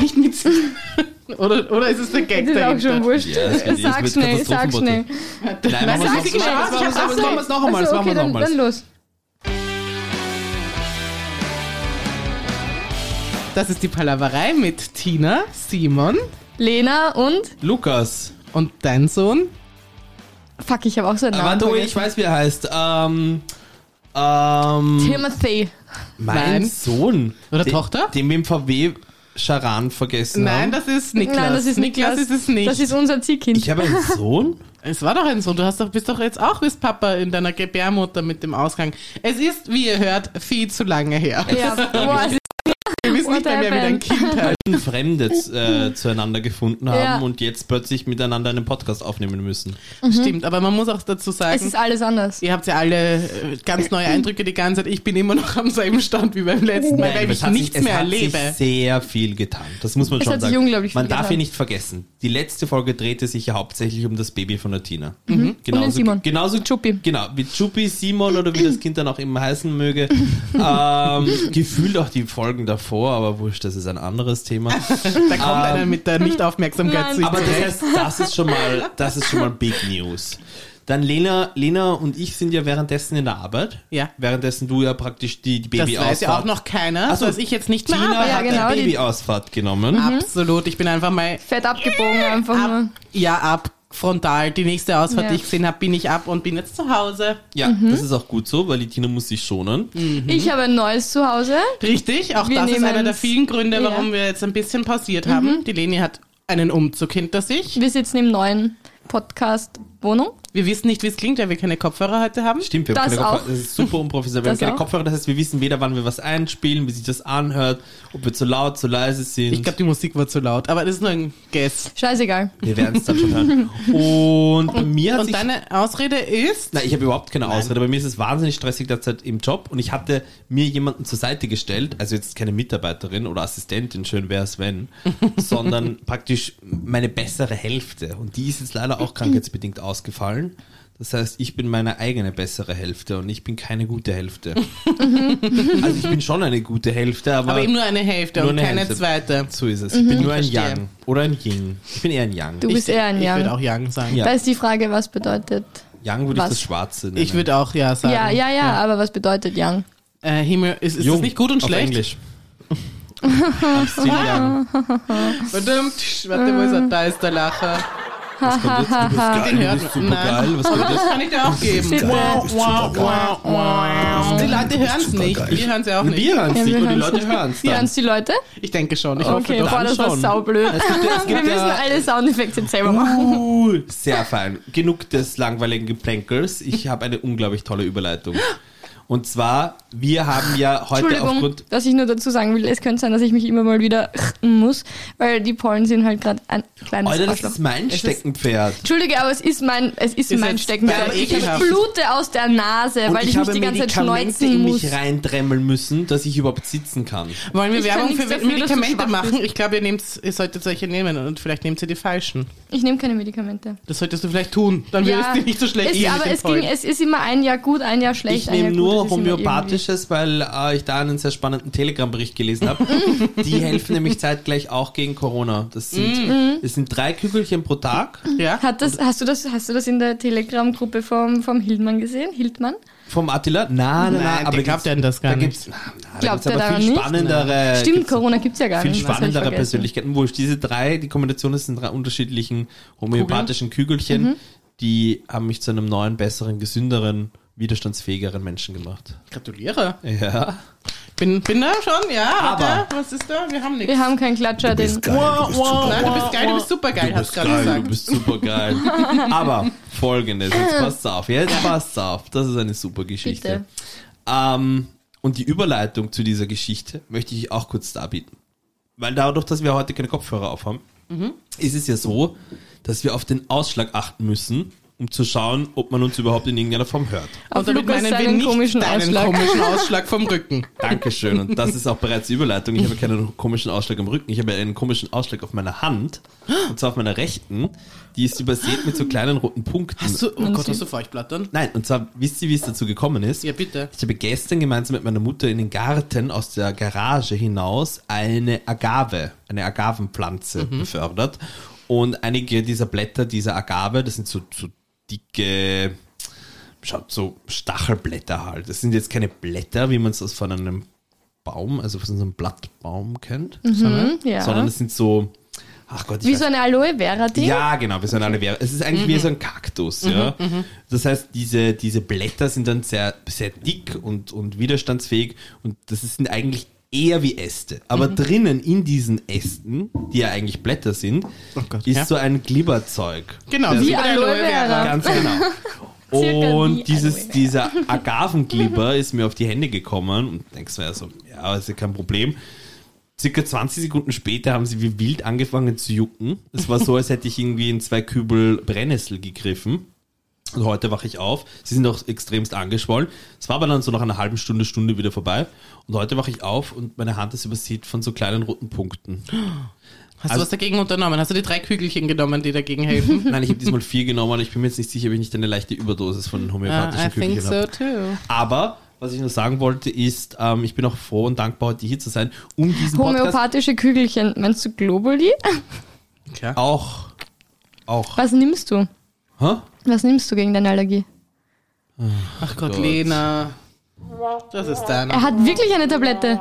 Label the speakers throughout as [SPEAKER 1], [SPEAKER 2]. [SPEAKER 1] nicht mit. oder, oder ist es der Gag
[SPEAKER 2] Das ist auch schon
[SPEAKER 1] dahinter?
[SPEAKER 2] wurscht.
[SPEAKER 3] Ja, es geht-
[SPEAKER 2] sag
[SPEAKER 3] es wird
[SPEAKER 2] schnell, sag
[SPEAKER 3] Katastrophenworte.
[SPEAKER 2] schnell.
[SPEAKER 3] Nein, machen wir
[SPEAKER 1] Sag
[SPEAKER 3] noch-
[SPEAKER 1] schnell.
[SPEAKER 3] machen wir-
[SPEAKER 1] ich hab-
[SPEAKER 3] machen wir- machen wir noch einmal,
[SPEAKER 2] Achso,
[SPEAKER 3] machen
[SPEAKER 2] Also, okay,
[SPEAKER 3] wir noch
[SPEAKER 2] dann,
[SPEAKER 3] einmal.
[SPEAKER 2] dann los.
[SPEAKER 1] Das ist die Palaverei mit Tina, Simon
[SPEAKER 2] Lena und...
[SPEAKER 3] Lukas.
[SPEAKER 1] und dein Sohn.
[SPEAKER 2] Fuck, ich habe auch so einen Namen
[SPEAKER 3] Wando, Äh, ich
[SPEAKER 2] vergessen.
[SPEAKER 3] weiß, wie er heißt. Ähm, ähm,
[SPEAKER 2] Timothy.
[SPEAKER 3] mein
[SPEAKER 1] Nein.
[SPEAKER 3] Sohn.
[SPEAKER 1] Oder
[SPEAKER 3] Den-
[SPEAKER 1] Tochter?
[SPEAKER 3] Den wir im VW Charan vergessen
[SPEAKER 1] Nein,
[SPEAKER 3] haben.
[SPEAKER 1] das ist Niklas.
[SPEAKER 2] Nein, das ist Niklas.
[SPEAKER 1] ist es nicht.
[SPEAKER 2] Das ist unser Ziehkind.
[SPEAKER 3] ich habe einen Sohn?
[SPEAKER 1] es war doch ein Sohn. Du hast doch, bist doch jetzt auch bis Papa in deiner Gebärmutter mit dem Ausgang. Es ist, wie ihr hört, viel zu lange her.
[SPEAKER 2] ja, boah, es ist
[SPEAKER 1] Wir wissen nicht mehr, wer mit ein
[SPEAKER 2] happened?
[SPEAKER 1] Kind hat.
[SPEAKER 3] Ein Fremdes äh, zueinander gefunden haben
[SPEAKER 2] Ja.
[SPEAKER 3] und jetzt plötzlich miteinander einen Podcast aufnehmen müssen.
[SPEAKER 1] Stimmt, aber man muss auch dazu
[SPEAKER 2] es
[SPEAKER 1] sagen,
[SPEAKER 2] ist alles anders.
[SPEAKER 1] ihr habt ja alle äh, ganz neue Eindrücke die ganze Zeit. Ich bin immer noch am selben Stand wie beim letzten Mal, weil
[SPEAKER 3] aber es
[SPEAKER 1] ich
[SPEAKER 3] hat sich-
[SPEAKER 1] nichts
[SPEAKER 3] es
[SPEAKER 1] mehr
[SPEAKER 3] hat
[SPEAKER 1] erlebe.
[SPEAKER 3] Sich sehr viel getan. Das muss man
[SPEAKER 2] Es
[SPEAKER 3] schon
[SPEAKER 2] hat sich
[SPEAKER 3] sagen.
[SPEAKER 2] unglaublich viel
[SPEAKER 3] man darf
[SPEAKER 2] getan.
[SPEAKER 3] ihn nicht vergessen. Die letzte Folge drehte sich ja hauptsächlich um das Baby von der Tina. Genauso,
[SPEAKER 2] Und den Simon.
[SPEAKER 3] Genauso
[SPEAKER 2] Chuppi.
[SPEAKER 3] Genau, wie Chuppi, Simon oder wie das Kind dann auch immer heißen möge. ähm, gefühlt auch die Folgen davor, aber wurscht, das ist ein anderes Thema.
[SPEAKER 1] Da kommt einer mit der Nichtaufmerksamkeit
[SPEAKER 2] Hm. Nein.
[SPEAKER 1] zu.
[SPEAKER 3] Ah. Aber das heißt, das ist schon mal, das ist schon mal Big News. Dann Lena, Lena und ich sind ja währenddessen in der Arbeit.
[SPEAKER 1] Ja.
[SPEAKER 3] Währenddessen du ja praktisch die, die
[SPEAKER 1] Das
[SPEAKER 3] Baby
[SPEAKER 1] weiß ja auch noch keiner,
[SPEAKER 3] Ach so,
[SPEAKER 1] dass ich jetzt nicht mehr
[SPEAKER 3] Tina
[SPEAKER 1] habe.
[SPEAKER 2] Ja,
[SPEAKER 3] hat
[SPEAKER 2] genau, Mhm.
[SPEAKER 3] die
[SPEAKER 2] die-
[SPEAKER 3] Babyausfahrt genommen.
[SPEAKER 1] Ah, Absolut, ich bin einfach mal
[SPEAKER 2] Fett abgebogen einfach
[SPEAKER 1] ab,
[SPEAKER 2] nur.
[SPEAKER 1] ja, ab frontal. Die nächste Ausfahrt,
[SPEAKER 2] Ja.
[SPEAKER 1] die ich gesehen habe, bin ich ab und bin jetzt zu Hause.
[SPEAKER 3] Ja,
[SPEAKER 2] Mhm.
[SPEAKER 3] das ist auch gut so, weil die Tina muss sich schonen.
[SPEAKER 2] Ich habe ein neues Zuhause.
[SPEAKER 1] Richtig, auch
[SPEAKER 2] Wir
[SPEAKER 1] das ist einer
[SPEAKER 2] nehmen's-
[SPEAKER 1] der vielen Gründe,
[SPEAKER 2] Ja. Mhm.
[SPEAKER 1] warum wir jetzt ein bisschen pausiert haben. Die Leni hat einen Umzug hinter sich.
[SPEAKER 2] Wir sitzen im neuen Podcast Wohnung.
[SPEAKER 1] Wir wissen nicht, wie es klingt, weil wir keine Kopfhörer heute haben.
[SPEAKER 3] Stimmt, wir haben
[SPEAKER 2] Das
[SPEAKER 3] keine Kopfhörer.
[SPEAKER 2] auch.
[SPEAKER 3] Das ist super unprofessionell. Wir
[SPEAKER 2] Das
[SPEAKER 3] haben keine
[SPEAKER 2] auch.
[SPEAKER 3] Kopfhörer, das heißt, wir wissen weder, wann wir was einspielen, wie sich das anhört, ob wir zu laut, zu leise sind.
[SPEAKER 1] Ich glaube, die Musik war zu laut, aber das ist nur ein Guess.
[SPEAKER 2] Scheißegal.
[SPEAKER 3] wir werden es dann schon hören. Und bei mir hat
[SPEAKER 1] Und
[SPEAKER 3] sich
[SPEAKER 1] deine Ausrede ist,
[SPEAKER 3] Also Nein, ich habe überhaupt keine Ausrede. Bei mir ist es wahnsinnig stressig derzeit im Job und ich hatte mir jemanden zur Seite gestellt, also jetzt keine Mitarbeiterin oder Assistentin, schön wäre es wenn, sondern praktisch meine bessere Hälfte. Und die ist jetzt leider auch krankheitsbedingt ausgefallen. Das heißt, ich bin meine eigene bessere Hälfte und ich bin keine gute Hälfte. also ich bin schon eine gute Hälfte, aber,
[SPEAKER 1] aber eben nur eine Hälfte
[SPEAKER 3] nur
[SPEAKER 1] und
[SPEAKER 3] eine
[SPEAKER 1] keine
[SPEAKER 3] Hälfte.
[SPEAKER 1] zweite.
[SPEAKER 3] so ist es. Ich bin nur ein
[SPEAKER 1] verstehe.
[SPEAKER 3] Yang oder ein Ying. Ich bin eher ein Yang.
[SPEAKER 2] Du bist eher ein
[SPEAKER 1] Ich würde
[SPEAKER 2] Young.
[SPEAKER 1] auch Yang sagen.
[SPEAKER 3] Ja.
[SPEAKER 2] Da ist die Frage, was bedeutet.
[SPEAKER 3] Yang würde ich
[SPEAKER 2] Was?
[SPEAKER 3] das Schwarze nennen.
[SPEAKER 1] Ich würde auch Ja sagen.
[SPEAKER 2] Ja, ja, ja, aber was bedeutet Young?
[SPEAKER 1] Äh, Himmel, ist, ist
[SPEAKER 3] Jung
[SPEAKER 1] das nicht gut und
[SPEAKER 3] auf
[SPEAKER 1] schlecht?
[SPEAKER 3] Englisch. I'm still young.
[SPEAKER 1] Verdammt, warte, wo ist er? Da ist der Lacher.
[SPEAKER 3] Was kommt jetzt? Du bist geil,
[SPEAKER 1] Den hört
[SPEAKER 3] du bist
[SPEAKER 1] man.
[SPEAKER 3] super
[SPEAKER 1] Nein.
[SPEAKER 3] geil. Was kommt
[SPEAKER 1] Das
[SPEAKER 3] jetzt?
[SPEAKER 1] kann ich dir auch geben.
[SPEAKER 2] Bitte.
[SPEAKER 1] Die Leute hören es nicht. Wir hören es ja auch nicht.
[SPEAKER 3] Wir hören es
[SPEAKER 2] Ja, wir
[SPEAKER 3] nicht und die
[SPEAKER 2] hören's
[SPEAKER 3] Leute
[SPEAKER 2] nicht.
[SPEAKER 3] hören es
[SPEAKER 2] Hören
[SPEAKER 3] dann.
[SPEAKER 2] es die Leute?
[SPEAKER 1] Ich denke schon. Ich hoffe
[SPEAKER 2] Okay,
[SPEAKER 1] doch.
[SPEAKER 2] boah, das war
[SPEAKER 3] schon.
[SPEAKER 2] saublöd.
[SPEAKER 3] Es gibt, ja- es
[SPEAKER 2] Wir
[SPEAKER 3] gibt
[SPEAKER 2] müssen
[SPEAKER 3] ja,
[SPEAKER 2] alle Soundeffekte jetzt selber machen.
[SPEAKER 3] uh, sehr fein. Genug des langweiligen Geplänkels. Ich habe eine unglaublich tolle Überleitung. Und zwar, wir haben ja heute
[SPEAKER 2] Entschuldigung,
[SPEAKER 3] aufgrund...
[SPEAKER 2] dass ich nur dazu sagen will, es könnte sein, dass ich mich immer mal wieder muss, weil die Pollen sind halt gerade ein kleines
[SPEAKER 3] Alter, das
[SPEAKER 2] Arschloch.
[SPEAKER 3] ist mein
[SPEAKER 2] Es ist-
[SPEAKER 3] Steckenpferd.
[SPEAKER 2] Entschuldige, aber es ist mein, es ist
[SPEAKER 1] Ist
[SPEAKER 2] mein
[SPEAKER 1] jetzt
[SPEAKER 2] Steckenpferd.
[SPEAKER 1] sehr
[SPEAKER 2] Ich
[SPEAKER 1] ekelhaft.
[SPEAKER 2] blute aus der Nase,
[SPEAKER 3] Und
[SPEAKER 2] weil ich,
[SPEAKER 3] ich
[SPEAKER 2] mich
[SPEAKER 3] habe
[SPEAKER 2] die ganze Zeit
[SPEAKER 3] Medikamente
[SPEAKER 2] schneuzen
[SPEAKER 3] in
[SPEAKER 2] muss.
[SPEAKER 3] mich reindremmeln müssen, dass ich überhaupt sitzen kann.
[SPEAKER 1] Wollen wir
[SPEAKER 2] Ich kann
[SPEAKER 1] Werbung
[SPEAKER 2] nichts
[SPEAKER 1] für
[SPEAKER 2] dafür, dass du
[SPEAKER 1] Medikamente
[SPEAKER 2] schwach
[SPEAKER 1] machen? Ich glaube, ihr, nehmt's- ihr solltet solche nehmen und vielleicht nehmt ihr die falschen.
[SPEAKER 2] Ich nehme keine Medikamente.
[SPEAKER 1] Das solltest du vielleicht tun. Dann würdest du nicht so schlecht
[SPEAKER 2] es,
[SPEAKER 1] ähnlich
[SPEAKER 2] aber es,
[SPEAKER 1] empfohlen.
[SPEAKER 2] ging, es ist immer ein Jahr gut, ein Jahr schlecht.
[SPEAKER 3] Ich
[SPEAKER 2] ein Jahr
[SPEAKER 3] nehme
[SPEAKER 2] Ah, gut, es
[SPEAKER 3] nur
[SPEAKER 2] ist immer
[SPEAKER 3] homöopathisches, weil äh, ich da einen sehr spannenden Telegram-Bericht gelesen habe. Die helfen nämlich zeitgleich auch gegen Corona. Das sind,
[SPEAKER 2] Mm.
[SPEAKER 3] es sind drei Kügelchen pro Tag
[SPEAKER 1] ja?
[SPEAKER 2] irgendwie. Hat das, hast, du das, hast du das in der Telegram-Gruppe vom, vom Hildmann gesehen? Hildmann?
[SPEAKER 3] vom Attila. Na, na,
[SPEAKER 1] Nein,
[SPEAKER 3] na, aber
[SPEAKER 1] der glaubt denn das gar
[SPEAKER 3] da
[SPEAKER 1] nicht.
[SPEAKER 3] gibt's, na, na, da
[SPEAKER 2] Glaubt
[SPEAKER 3] gibt's
[SPEAKER 2] er
[SPEAKER 3] aber
[SPEAKER 2] daran
[SPEAKER 3] viel
[SPEAKER 2] nicht?
[SPEAKER 3] spannendere,
[SPEAKER 2] Stimmt,
[SPEAKER 3] Äh, gibt's
[SPEAKER 2] Corona gibt es ja gar
[SPEAKER 3] viel
[SPEAKER 2] nicht. das hab ich
[SPEAKER 3] spannendere
[SPEAKER 2] vergessen.
[SPEAKER 3] Persönlichkeiten. Wurscht, diese drei, die Kombination ist in drei unterschiedlichen homöopathischen Kügelchen,
[SPEAKER 2] Mhm.
[SPEAKER 3] die haben mich zu einem neuen, besseren, gesünderen, widerstandsfähigeren Menschen gemacht.
[SPEAKER 1] Gratuliere.
[SPEAKER 3] Ja.
[SPEAKER 1] Bin, bin da schon, ja.
[SPEAKER 3] Aber-
[SPEAKER 1] Warte, was ist da? Wir haben nichts.
[SPEAKER 2] Wir haben keinen Klatscher, den.
[SPEAKER 1] Wow, wow, nein, du bist geil, du bist super geil,
[SPEAKER 3] Du
[SPEAKER 1] hast
[SPEAKER 3] bist
[SPEAKER 1] gerade
[SPEAKER 3] geil, du
[SPEAKER 1] gesagt.
[SPEAKER 3] bist super geil. Aber folgendes, jetzt passt auf, jetzt passt auf. Das ist eine super Geschichte.
[SPEAKER 2] Bitte.
[SPEAKER 3] Ähm, und die Überleitung zu dieser Geschichte möchte ich auch kurz darbieten. Weil dadurch, dass wir
[SPEAKER 1] Mhm.
[SPEAKER 3] heute keine Kopfhörer aufhaben, ist es ja so, dass wir auf den Ausschlag achten müssen, um zu schauen, ob man uns überhaupt in irgendeiner Form hört.
[SPEAKER 2] Auf
[SPEAKER 1] Und damit
[SPEAKER 2] Lukas
[SPEAKER 1] meinen wir
[SPEAKER 2] seinen
[SPEAKER 1] nicht
[SPEAKER 2] komischen
[SPEAKER 1] deinen
[SPEAKER 2] Ausschlag.
[SPEAKER 1] komischen Ausschlag vom Rücken.
[SPEAKER 3] Dankeschön. Und das ist auch bereits die Überleitung. Ich habe keinen komischen Ausschlag am Rücken. Ich habe einen komischen Ausschlag auf meiner Hand. Und zwar auf meiner rechten. Die ist übersät mit so kleinen roten Punkten.
[SPEAKER 1] Hast du, oh
[SPEAKER 2] Man
[SPEAKER 1] Gott,
[SPEAKER 2] sieht-
[SPEAKER 1] hast du Feuchtblättern?
[SPEAKER 3] Nein, und zwar, wisst ihr, wie es dazu gekommen ist?
[SPEAKER 1] Ja, bitte.
[SPEAKER 3] Ich habe gestern gemeinsam mit meiner Mutter in den Garten aus der Garage hinaus eine Agave, eine Agavenpflanze
[SPEAKER 2] Mhm.
[SPEAKER 3] befördert. Und einige dieser Blätter dieser Agave, das sind so, so dicke, schaut, so Stachelblätter halt. Das sind jetzt keine Blätter, wie man es aus von einem Baum, also von so einem Blattbaum kennt,
[SPEAKER 2] Mhm, ja.
[SPEAKER 3] sondern es sind so, ach Gott, ich
[SPEAKER 2] Wie
[SPEAKER 3] weiß
[SPEAKER 2] so eine Aloe Vera-Ding?
[SPEAKER 3] ja, genau, wie so eine Aloe Vera. Es ist eigentlich wie so ein Kaktus, ja. Das heißt, diese, diese Blätter sind dann sehr, sehr dick und, und widerstandsfähig und das sind eigentlich eher wie Äste. Aber drinnen in diesen Ästen, die ja eigentlich Blätter sind,
[SPEAKER 1] Oh Gott,
[SPEAKER 3] ist
[SPEAKER 1] ja.
[SPEAKER 3] so ein Glibberzeug.
[SPEAKER 1] Genau,
[SPEAKER 3] Ja,
[SPEAKER 2] Wie
[SPEAKER 1] bei der
[SPEAKER 2] Aloe Vera.
[SPEAKER 3] Ganz genau.
[SPEAKER 2] Circa wie
[SPEAKER 3] Und dieses,
[SPEAKER 2] Aloe Vera.
[SPEAKER 3] dieser Agavenglibber ist mir auf die Hände gekommen und denkst mir ja so, ja, ist ja kein Problem. Circa 20 Sekunden später haben sie wie wild angefangen zu jucken. Es war so, als hätte ich irgendwie in zwei Kübel Brennnessel gegriffen. Und heute wache ich auf. Sie sind auch extremst angeschwollen. Es war aber dann so nach einer halben Stunde, Stunde wieder vorbei. Und heute wache ich auf und meine Hand ist übersät von so kleinen roten Punkten.
[SPEAKER 1] Hast
[SPEAKER 3] Also-
[SPEAKER 1] du was dagegen unternommen? Hast du die drei Kügelchen genommen, die dagegen helfen?
[SPEAKER 3] Nein, ich habe diesmal vier genommen, aber ich bin mir jetzt nicht sicher, ob ich nicht eine leichte Überdosis von
[SPEAKER 1] Ah,
[SPEAKER 3] homöopathischen
[SPEAKER 1] I think
[SPEAKER 3] Kügelchen
[SPEAKER 1] so
[SPEAKER 3] habe.
[SPEAKER 1] too.
[SPEAKER 3] Aber was ich nur sagen wollte, ist, ähm, ich bin auch froh und dankbar, heute hier zu sein, um diesen Podcast
[SPEAKER 2] Homöopathische Kügelchen. Meinst du Globuli?
[SPEAKER 3] Oh
[SPEAKER 1] Tja.
[SPEAKER 3] auch. Auch.
[SPEAKER 2] Was nimmst du?
[SPEAKER 3] Hä?
[SPEAKER 2] Was nimmst du gegen deine Allergie?
[SPEAKER 1] Ach Gott,
[SPEAKER 3] Gott.
[SPEAKER 1] Lena. Das ist deiner.
[SPEAKER 2] Er hat wirklich eine Tablette.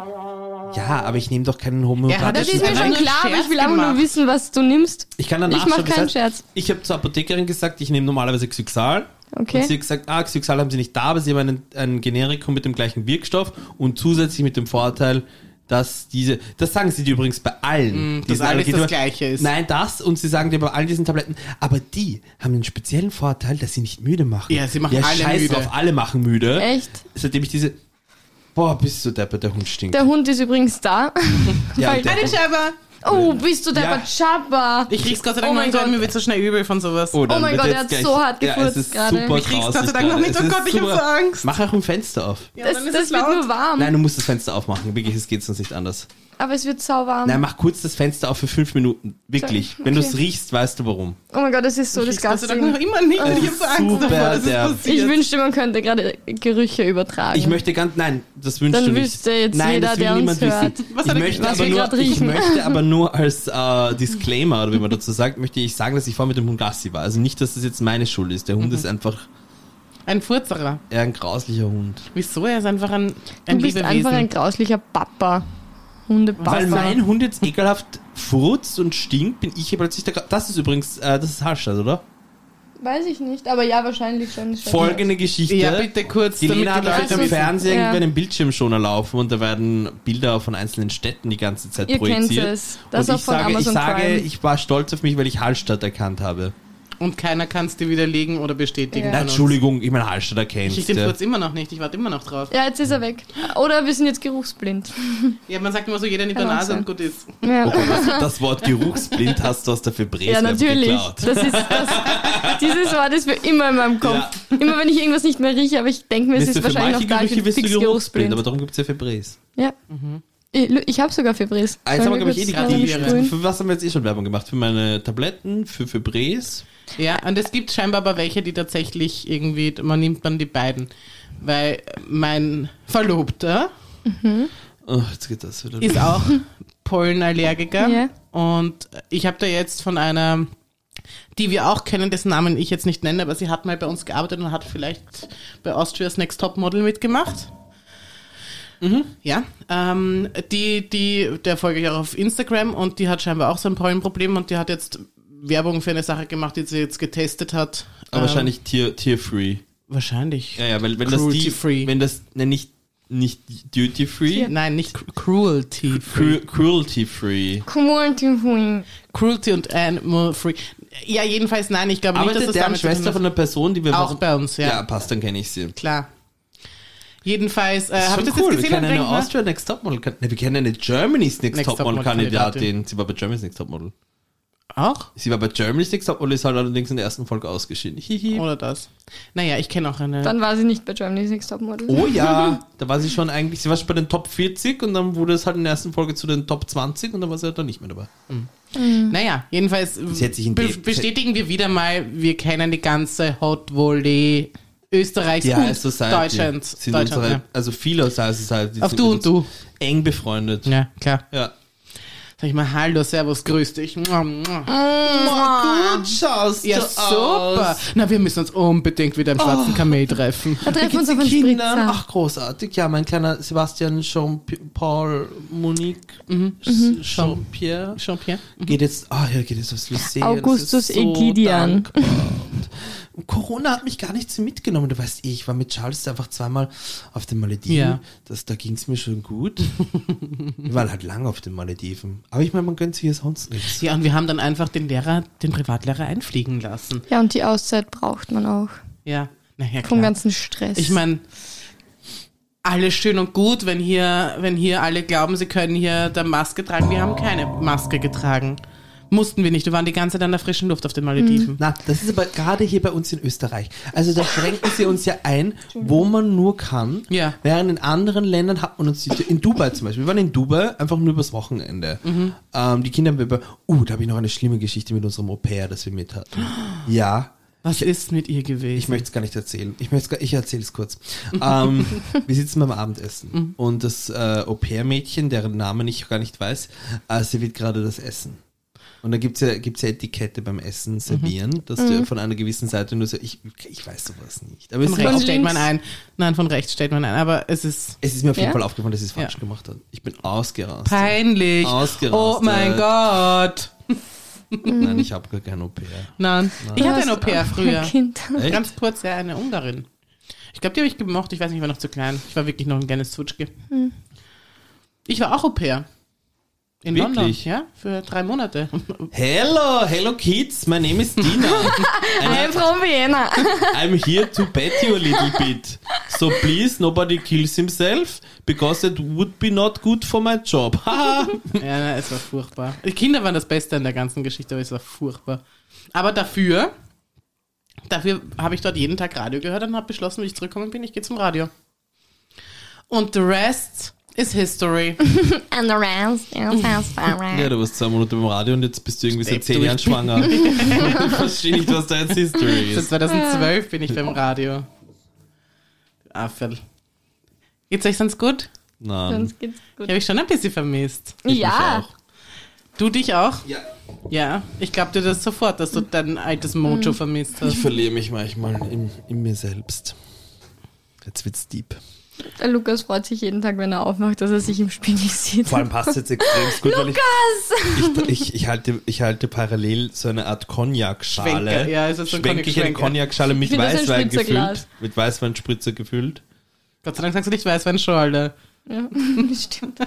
[SPEAKER 3] Ja, aber ich nehme doch keinen
[SPEAKER 1] Ja,
[SPEAKER 2] Das,
[SPEAKER 1] Das
[SPEAKER 2] ist
[SPEAKER 3] homöopathischen.
[SPEAKER 1] ist
[SPEAKER 2] mir
[SPEAKER 1] einfach
[SPEAKER 2] schon
[SPEAKER 1] nur
[SPEAKER 2] klar,
[SPEAKER 1] ein
[SPEAKER 2] aber ich
[SPEAKER 1] Scherz
[SPEAKER 2] will einfach nur
[SPEAKER 1] gemacht.
[SPEAKER 2] wissen, was du nimmst.
[SPEAKER 3] Ich kann dann
[SPEAKER 2] Ich mach
[SPEAKER 3] nachschauen. das
[SPEAKER 2] keinen
[SPEAKER 3] heißt,
[SPEAKER 2] Scherz.
[SPEAKER 3] Ich habe zur Apothekerin gesagt, ich nehme normalerweise Xyxal.
[SPEAKER 2] Okay.
[SPEAKER 3] Und sie hat gesagt, ah, Xyxal haben sie nicht da, aber sie haben einen, einen Generikum mit dem gleichen Wirkstoff und zusätzlich mit dem Vorteil, dass diese, das sagen sie dir übrigens bei allen.
[SPEAKER 1] Mm, dass
[SPEAKER 3] diesen
[SPEAKER 1] alles
[SPEAKER 3] Allergien-
[SPEAKER 1] das Gleiche ist.
[SPEAKER 3] Nein, das und sie sagen dir bei all diesen Tabletten, aber die haben den speziellen Vorteil, dass sie nicht müde machen.
[SPEAKER 1] Ja, sie machen alle
[SPEAKER 3] scheiß
[SPEAKER 1] müde.
[SPEAKER 3] Drauf, alle machen müde.
[SPEAKER 2] Echt?
[SPEAKER 3] Seitdem ich diese, boah, bist du deppert, der Hund stinkt.
[SPEAKER 2] Der Hund ist übrigens da.
[SPEAKER 3] ja, und der
[SPEAKER 1] Eine
[SPEAKER 3] Hund,
[SPEAKER 1] Scheibe!
[SPEAKER 2] Oh, bist du der
[SPEAKER 3] Ja.
[SPEAKER 2] Pachaba?
[SPEAKER 1] Ich krieg's Gott sei Dank
[SPEAKER 2] Oh
[SPEAKER 1] noch
[SPEAKER 2] mein
[SPEAKER 1] nicht, weil
[SPEAKER 2] Gott.
[SPEAKER 1] mir wird so schnell übel von sowas.
[SPEAKER 3] Oh, dann
[SPEAKER 2] Oh mein
[SPEAKER 3] wird
[SPEAKER 2] Gott,
[SPEAKER 3] jetzt
[SPEAKER 2] er hat
[SPEAKER 3] gleich-
[SPEAKER 2] so hart
[SPEAKER 3] ja, es
[SPEAKER 2] gefurzt
[SPEAKER 3] ist
[SPEAKER 2] gerade.
[SPEAKER 3] Super
[SPEAKER 2] Ich
[SPEAKER 1] krieg's Gott
[SPEAKER 3] grausig
[SPEAKER 1] sei Dank noch
[SPEAKER 3] gerade.
[SPEAKER 1] nicht.
[SPEAKER 3] Es
[SPEAKER 1] Oh
[SPEAKER 3] ist
[SPEAKER 1] Gott, ich hab
[SPEAKER 3] super.
[SPEAKER 1] so Angst.
[SPEAKER 3] Mach auch ein Fenster auf.
[SPEAKER 1] Ja,
[SPEAKER 2] Das,
[SPEAKER 1] dann ist
[SPEAKER 2] das
[SPEAKER 1] es
[SPEAKER 2] wird
[SPEAKER 1] laut.
[SPEAKER 2] nur warm.
[SPEAKER 3] Nein, du musst das Fenster aufmachen. Wirklich, es geht sonst nicht anders.
[SPEAKER 2] Aber es wird sauwarm.
[SPEAKER 3] Nein, mach kurz das Fenster auf für fünf Minuten. Wirklich.
[SPEAKER 2] So, okay.
[SPEAKER 3] Wenn du es riechst, weißt du warum.
[SPEAKER 2] oh mein Gott, das ist so
[SPEAKER 1] Ich krieg's Gott sei Dank noch immer
[SPEAKER 2] disgusting.
[SPEAKER 1] nicht.
[SPEAKER 2] Es
[SPEAKER 1] Ich hab
[SPEAKER 3] ist
[SPEAKER 1] so Angst
[SPEAKER 3] super
[SPEAKER 1] davor, dass es
[SPEAKER 3] derb.
[SPEAKER 1] passiert.
[SPEAKER 2] Ich wünschte, man könnte gerade Gerüche übertragen.
[SPEAKER 3] Ich möchte ganz. Nein, das wünschst
[SPEAKER 2] Dann
[SPEAKER 3] du nicht.
[SPEAKER 2] wüsste jetzt
[SPEAKER 3] nein,
[SPEAKER 2] jeder,
[SPEAKER 3] das will
[SPEAKER 2] der uns
[SPEAKER 3] niemand
[SPEAKER 2] hört.
[SPEAKER 3] wissen.
[SPEAKER 1] Was
[SPEAKER 3] ich,
[SPEAKER 1] hat er
[SPEAKER 3] möchte
[SPEAKER 1] gesagt?
[SPEAKER 2] Was wir
[SPEAKER 3] aber
[SPEAKER 2] gerade
[SPEAKER 3] nur, ich
[SPEAKER 2] riechen.
[SPEAKER 3] möchte aber nur als äh, Disclaimer, oder wie man dazu sagt, möchte ich sagen, dass ich vorher mit dem Hund Gassi war. Also nicht, dass das jetzt meine Schuld ist. Der Hund
[SPEAKER 2] Mhm.
[SPEAKER 3] ist einfach
[SPEAKER 1] Ein Furzerer.
[SPEAKER 3] eher ein grauslicher Hund.
[SPEAKER 1] Wieso? Er ist einfach ein,
[SPEAKER 2] du
[SPEAKER 1] ein
[SPEAKER 2] bist einfach ein
[SPEAKER 1] Lebewesen.
[SPEAKER 2] grauslicher Papa.
[SPEAKER 3] Weil
[SPEAKER 2] Hundepapa.
[SPEAKER 3] mein Hund jetzt ekelhaft furzt und stinkt, bin ich hier plötzlich der. Gra- Das ist übrigens, äh, das ist Harstadt, oder?
[SPEAKER 2] Weiß ich nicht, aber ja, wahrscheinlich schon.
[SPEAKER 3] Folgende Geschichte.
[SPEAKER 1] Ja, bitte kurz,
[SPEAKER 3] Die Lena
[SPEAKER 1] damit
[SPEAKER 3] hat
[SPEAKER 1] die
[SPEAKER 3] halt
[SPEAKER 1] Leute
[SPEAKER 2] am
[SPEAKER 3] im
[SPEAKER 1] wissen.
[SPEAKER 3] Fernsehen
[SPEAKER 2] Ja.
[SPEAKER 3] irgendwie einen Bildschirmschoner laufen und da werden Bilder von einzelnen Städten die ganze Zeit
[SPEAKER 2] Ihr kennt
[SPEAKER 3] projiziert.
[SPEAKER 2] es. Das
[SPEAKER 3] und
[SPEAKER 2] auch
[SPEAKER 3] ich
[SPEAKER 2] von
[SPEAKER 3] sage,
[SPEAKER 2] Amazon
[SPEAKER 3] ich sage,
[SPEAKER 2] Prime.
[SPEAKER 3] ich war stolz auf mich, weil ich Hallstatt erkannt habe.
[SPEAKER 1] Und keiner kann es dir widerlegen oder bestätigen. von
[SPEAKER 2] Ja.
[SPEAKER 3] Na,
[SPEAKER 1] uns.
[SPEAKER 3] Entschuldigung, ich meine Hallstatt
[SPEAKER 1] Ich
[SPEAKER 3] erkennst.
[SPEAKER 1] krieg den
[SPEAKER 3] ja.
[SPEAKER 1] Furz immer noch nicht. Ich warte immer noch drauf.
[SPEAKER 2] Ja, jetzt ist er weg. Oder wir sind jetzt geruchsblind.
[SPEAKER 1] Ja, man sagt immer so, jeder nimmt
[SPEAKER 2] Kann
[SPEAKER 1] eine
[SPEAKER 2] auch
[SPEAKER 1] Nase
[SPEAKER 2] sein.
[SPEAKER 1] und gut ist.
[SPEAKER 2] Ja,
[SPEAKER 3] Okay, das, das Wort geruchsblind hast du aus der
[SPEAKER 2] ja
[SPEAKER 3] Febräslev
[SPEAKER 2] natürlich.
[SPEAKER 3] geklaut.
[SPEAKER 2] Das ist, das, dieses Wort ist mir immer in meinem Kopf. Immer wenn ich irgendwas nicht mehr rieche, aber ich denke mir, es
[SPEAKER 3] Wisst
[SPEAKER 2] ist
[SPEAKER 3] ihr, für
[SPEAKER 2] wahrscheinlich
[SPEAKER 3] manche
[SPEAKER 2] noch da. Ich
[SPEAKER 3] Gerüche
[SPEAKER 2] bin
[SPEAKER 3] bist du
[SPEAKER 2] fix
[SPEAKER 3] geruchsblind,
[SPEAKER 2] geruchsblind.
[SPEAKER 3] aber darum gibt es ja Febräs.
[SPEAKER 2] Ja. Ich, ich habe sogar Fibris.
[SPEAKER 3] Ah, Jetzt haben wir, glaube ich, eh die
[SPEAKER 1] kurz
[SPEAKER 3] Kategorie.
[SPEAKER 1] gratulieren?
[SPEAKER 3] Für was haben wir jetzt eh schon Werbung gemacht? Für meine Tabletten, für Febräs.
[SPEAKER 1] Ja, und es gibt scheinbar aber welche, die tatsächlich irgendwie, man nimmt man die beiden. Weil mein Verlobter
[SPEAKER 3] Oh, jetzt geht das wieder.
[SPEAKER 1] ist auch Pollenallergiker.
[SPEAKER 2] Ja.
[SPEAKER 1] Und ich habe da jetzt von einer, die wir auch kennen, dessen Namen ich jetzt nicht nenne, aber sie hat mal bei uns gearbeitet und hat vielleicht bei Austria's Next Top Model mitgemacht.
[SPEAKER 3] Mhm.
[SPEAKER 1] Ja, ähm, die, die, der folge ich auch auf Instagram und die hat scheinbar auch so ein Pollenproblem und die hat jetzt Werbung für eine Sache gemacht, die sie jetzt getestet hat.
[SPEAKER 3] aber
[SPEAKER 1] Ähm,
[SPEAKER 3] wahrscheinlich tier, tier-free.
[SPEAKER 1] Wahrscheinlich.
[SPEAKER 3] Ja, ja, weil wenn das die,
[SPEAKER 1] Cruelty-free.
[SPEAKER 3] wenn das, ne, nicht, nicht duty-free,
[SPEAKER 1] Nein, nicht cru- cruelty free.
[SPEAKER 3] Cru cruelty free.
[SPEAKER 2] Community.
[SPEAKER 1] cruelty und animal free. Ja, jedenfalls nein, ich glaube nicht, dass
[SPEAKER 3] Arbeitet
[SPEAKER 1] das
[SPEAKER 3] deren
[SPEAKER 1] damit zu tun
[SPEAKER 3] Schwester
[SPEAKER 1] hat.
[SPEAKER 3] von der Person, die wir
[SPEAKER 1] Auch
[SPEAKER 3] machen-
[SPEAKER 1] bei uns, ja.
[SPEAKER 3] Ja, passt, dann kenne ich sie.
[SPEAKER 1] Klar. Jedenfalls, äh,
[SPEAKER 3] Ist
[SPEAKER 1] habe ich das
[SPEAKER 3] schon
[SPEAKER 1] jetzt
[SPEAKER 3] wir
[SPEAKER 1] gesehen und
[SPEAKER 3] kennen eine
[SPEAKER 1] denke mir,
[SPEAKER 3] Austria Next Topmodel, ne, wir kennen eine Germany's Next,
[SPEAKER 1] Next
[SPEAKER 3] Topmodel
[SPEAKER 1] Topmodel-Kandidatin.
[SPEAKER 3] Kandidatin. Sie war bei Germany's Next Topmodel.
[SPEAKER 1] Auch?
[SPEAKER 3] Sie war bei Germany's Next Top und ist halt allerdings in der ersten Folge ausgeschieden. Hihi.
[SPEAKER 1] Oder das? Naja, ich kenne auch eine.
[SPEAKER 2] Dann war sie nicht bei Germany's Next Topmodel.
[SPEAKER 3] Oh ja, da war sie schon eigentlich, sie war schon bei den Top 40 und dann wurde es halt in der ersten Folge zu den Top 20 und dann war sie halt dann nicht mehr dabei.
[SPEAKER 1] naja, jedenfalls
[SPEAKER 3] Sie hat sich in
[SPEAKER 1] be
[SPEAKER 3] die-
[SPEAKER 1] bestätigen wir wieder mal, wir kennen die ganze Hot Volley Österreichs
[SPEAKER 3] Die
[SPEAKER 1] und
[SPEAKER 3] High Society
[SPEAKER 1] Deutschlands.
[SPEAKER 3] also sind
[SPEAKER 1] Deutschland,
[SPEAKER 3] unsere, also viele aus der High Society
[SPEAKER 1] Auf
[SPEAKER 3] sind
[SPEAKER 1] du
[SPEAKER 3] mit
[SPEAKER 1] und du.
[SPEAKER 3] uns eng befreundet.
[SPEAKER 1] ja. ja, klar.
[SPEAKER 3] Ja.
[SPEAKER 1] Sag ich mal, hallo, servus, grüß dich. Mua, mua.
[SPEAKER 2] Ah,
[SPEAKER 3] Oh, gut schaust
[SPEAKER 1] Ah. Ja,
[SPEAKER 3] du
[SPEAKER 1] super.
[SPEAKER 3] aus.
[SPEAKER 1] Na, wir müssen uns unbedingt wieder im schwarzen Kamel treffen.
[SPEAKER 2] Da treffen wir uns
[SPEAKER 3] Gibt's
[SPEAKER 2] auf einen
[SPEAKER 3] die Kinder?
[SPEAKER 2] Spritzer.
[SPEAKER 3] Ach, großartig. Ja, mein kleiner Sebastian Jean-Paul Monique
[SPEAKER 1] Mhm.
[SPEAKER 3] S- Jean-Pierre
[SPEAKER 1] Jean-Pierre?
[SPEAKER 3] geht jetzt, ah ja, geht jetzt aufs Lyceum. Das
[SPEAKER 2] Augustus
[SPEAKER 3] ist so
[SPEAKER 2] Egidian.
[SPEAKER 3] dankbar. Und Corona hat mich gar nichts mitgenommen. Du weißt eh, ich war mit Charles einfach zweimal auf den Malediven.
[SPEAKER 1] Ja.
[SPEAKER 3] Das, da ging es mir schon gut. Wir waren halt lange auf den Malediven. Aber ich meine, man gönnt sich ja sonst nichts.
[SPEAKER 1] Ja, und wir haben dann einfach den Lehrer, den Privatlehrer einfliegen lassen.
[SPEAKER 2] Ja, und die Auszeit braucht man auch.
[SPEAKER 1] Ja, naja,
[SPEAKER 2] Vom
[SPEAKER 1] klar.
[SPEAKER 2] ganzen Stress.
[SPEAKER 1] Ich meine, alles schön und gut, wenn hier, wenn hier alle glauben, sie können hier der Maske tragen. Wir haben keine Maske getragen. Mussten wir nicht. Wir waren die ganze Zeit an der frischen Luft auf den Malediven.
[SPEAKER 3] Na, das ist aber gerade hier bei uns in Österreich. Also da schränken sie uns ja ein, wo man nur kann.
[SPEAKER 1] Ja.
[SPEAKER 3] Während in anderen Ländern hat man uns die, in Dubai zum Beispiel. Wir waren in Dubai einfach nur übers Wochenende.
[SPEAKER 1] Mhm.
[SPEAKER 3] Ähm, die Kinder haben über, uh, da habe ich noch eine schlimme Geschichte mit unserem Au pair, das wir mit hatten. Ja.
[SPEAKER 1] Was ist mit ihr gewesen?
[SPEAKER 3] Ich möchte es gar nicht erzählen. Ich, möcht's gar- ich erzähle es kurz. ähm, wir sitzen beim Abendessen
[SPEAKER 1] Mhm.
[SPEAKER 3] und das äh, Au-pair-Mädchen, deren Namen ich gar nicht weiß, äh, serviert gerade das Essen. Und da gibt es ja, gibt's ja Etikette beim
[SPEAKER 1] Mhm.
[SPEAKER 3] Essen servieren, dass du von einer gewissen Seite nur so, ich, ich weiß sowas nicht. Aber es
[SPEAKER 1] von
[SPEAKER 3] ist, mir
[SPEAKER 1] rechts
[SPEAKER 3] auf,
[SPEAKER 1] stellt man
[SPEAKER 2] links.
[SPEAKER 1] ein. Nein, von rechts stellt man ein. Aber es ist
[SPEAKER 3] es ist mir auf jeden
[SPEAKER 2] Ja?
[SPEAKER 3] Fall aufgefallen, dass ich es falsch
[SPEAKER 1] Ja.
[SPEAKER 3] gemacht habe. Ich bin ausgerastet.
[SPEAKER 1] peinlich.
[SPEAKER 3] Ausgerastet.
[SPEAKER 1] Oh mein Gott.
[SPEAKER 3] Nein, ich habe gar kein Au-pair.
[SPEAKER 1] Nein. Ich hatte ein Au-pair früher.
[SPEAKER 2] Kind.
[SPEAKER 3] Echt?
[SPEAKER 1] Ganz kurz, ja, eine Ungarin. Ich glaube, die habe ich gemocht. Ich weiß nicht, ich war noch zu klein. Ich war wirklich noch ein kleines Zwutschke. Ich war auch Au pair. In
[SPEAKER 3] Wirklich?
[SPEAKER 1] London, ja, für drei Monate.
[SPEAKER 3] Hello, hello kids, my name is Dina.
[SPEAKER 2] Eine Frau in Vienna.
[SPEAKER 3] I'm here to pet you a little bit. So please, nobody kills himself, because it would be not good for my job. Haha.
[SPEAKER 1] ja, na, es war furchtbar. Die Kinder waren das Beste an der ganzen Geschichte, aber es war furchtbar. Aber dafür, dafür habe ich dort jeden Tag Radio gehört und habe beschlossen, wenn ich zurückgekommen bin, ich gehe zum Radio. Und the rest is history.
[SPEAKER 2] And the rest is fast
[SPEAKER 3] ja,
[SPEAKER 2] forward.
[SPEAKER 3] du warst zwei Monate im Radio und jetzt bist du irgendwie
[SPEAKER 1] Step
[SPEAKER 3] seit zehn
[SPEAKER 1] durch.
[SPEAKER 3] Jahren schwanger. ich verstehe nicht, was da jetzt History
[SPEAKER 1] Seit
[SPEAKER 3] ist.
[SPEAKER 2] Ah.
[SPEAKER 1] 2012 bin ich beim Radio. Du Affel. Geht's euch sonst gut?
[SPEAKER 3] Nein.
[SPEAKER 2] Sonst geht's
[SPEAKER 1] Ich
[SPEAKER 2] gut.
[SPEAKER 1] habe ich schon ein bisschen vermisst.
[SPEAKER 3] Ich
[SPEAKER 2] Ja.
[SPEAKER 3] mich auch.
[SPEAKER 1] Du dich auch?
[SPEAKER 3] Ja.
[SPEAKER 1] Ja, ich glaube dir das sofort, dass du
[SPEAKER 2] Mhm.
[SPEAKER 1] dein altes Mojo vermisst
[SPEAKER 3] Ich
[SPEAKER 1] hast.
[SPEAKER 3] verliere mich manchmal in, in mir selbst. Jetzt wird's deep.
[SPEAKER 2] Der Lukas freut sich jeden Tag, wenn er aufmacht, dass er sich im Spiegel sieht.
[SPEAKER 3] Vor allem passt jetzt extrem gut, weil ich,
[SPEAKER 2] Lukas!
[SPEAKER 3] ich, ich, ich, halte, ich halte parallel so eine Art Cognac-Schale.
[SPEAKER 1] Schwenker, ja, es ist so ein
[SPEAKER 3] Schwenke ich eine
[SPEAKER 1] Cognac-Schwenker.
[SPEAKER 3] Cognac-Schale mit
[SPEAKER 2] Ich finde, das ist ein
[SPEAKER 3] Weißwein
[SPEAKER 2] Spritzerglas.
[SPEAKER 3] gefüllt. Mit Weißweinspritzer gefüllt.
[SPEAKER 1] Gott sei Dank sagst du nicht weiß, wenn Schorle.
[SPEAKER 2] Ja, stimmt.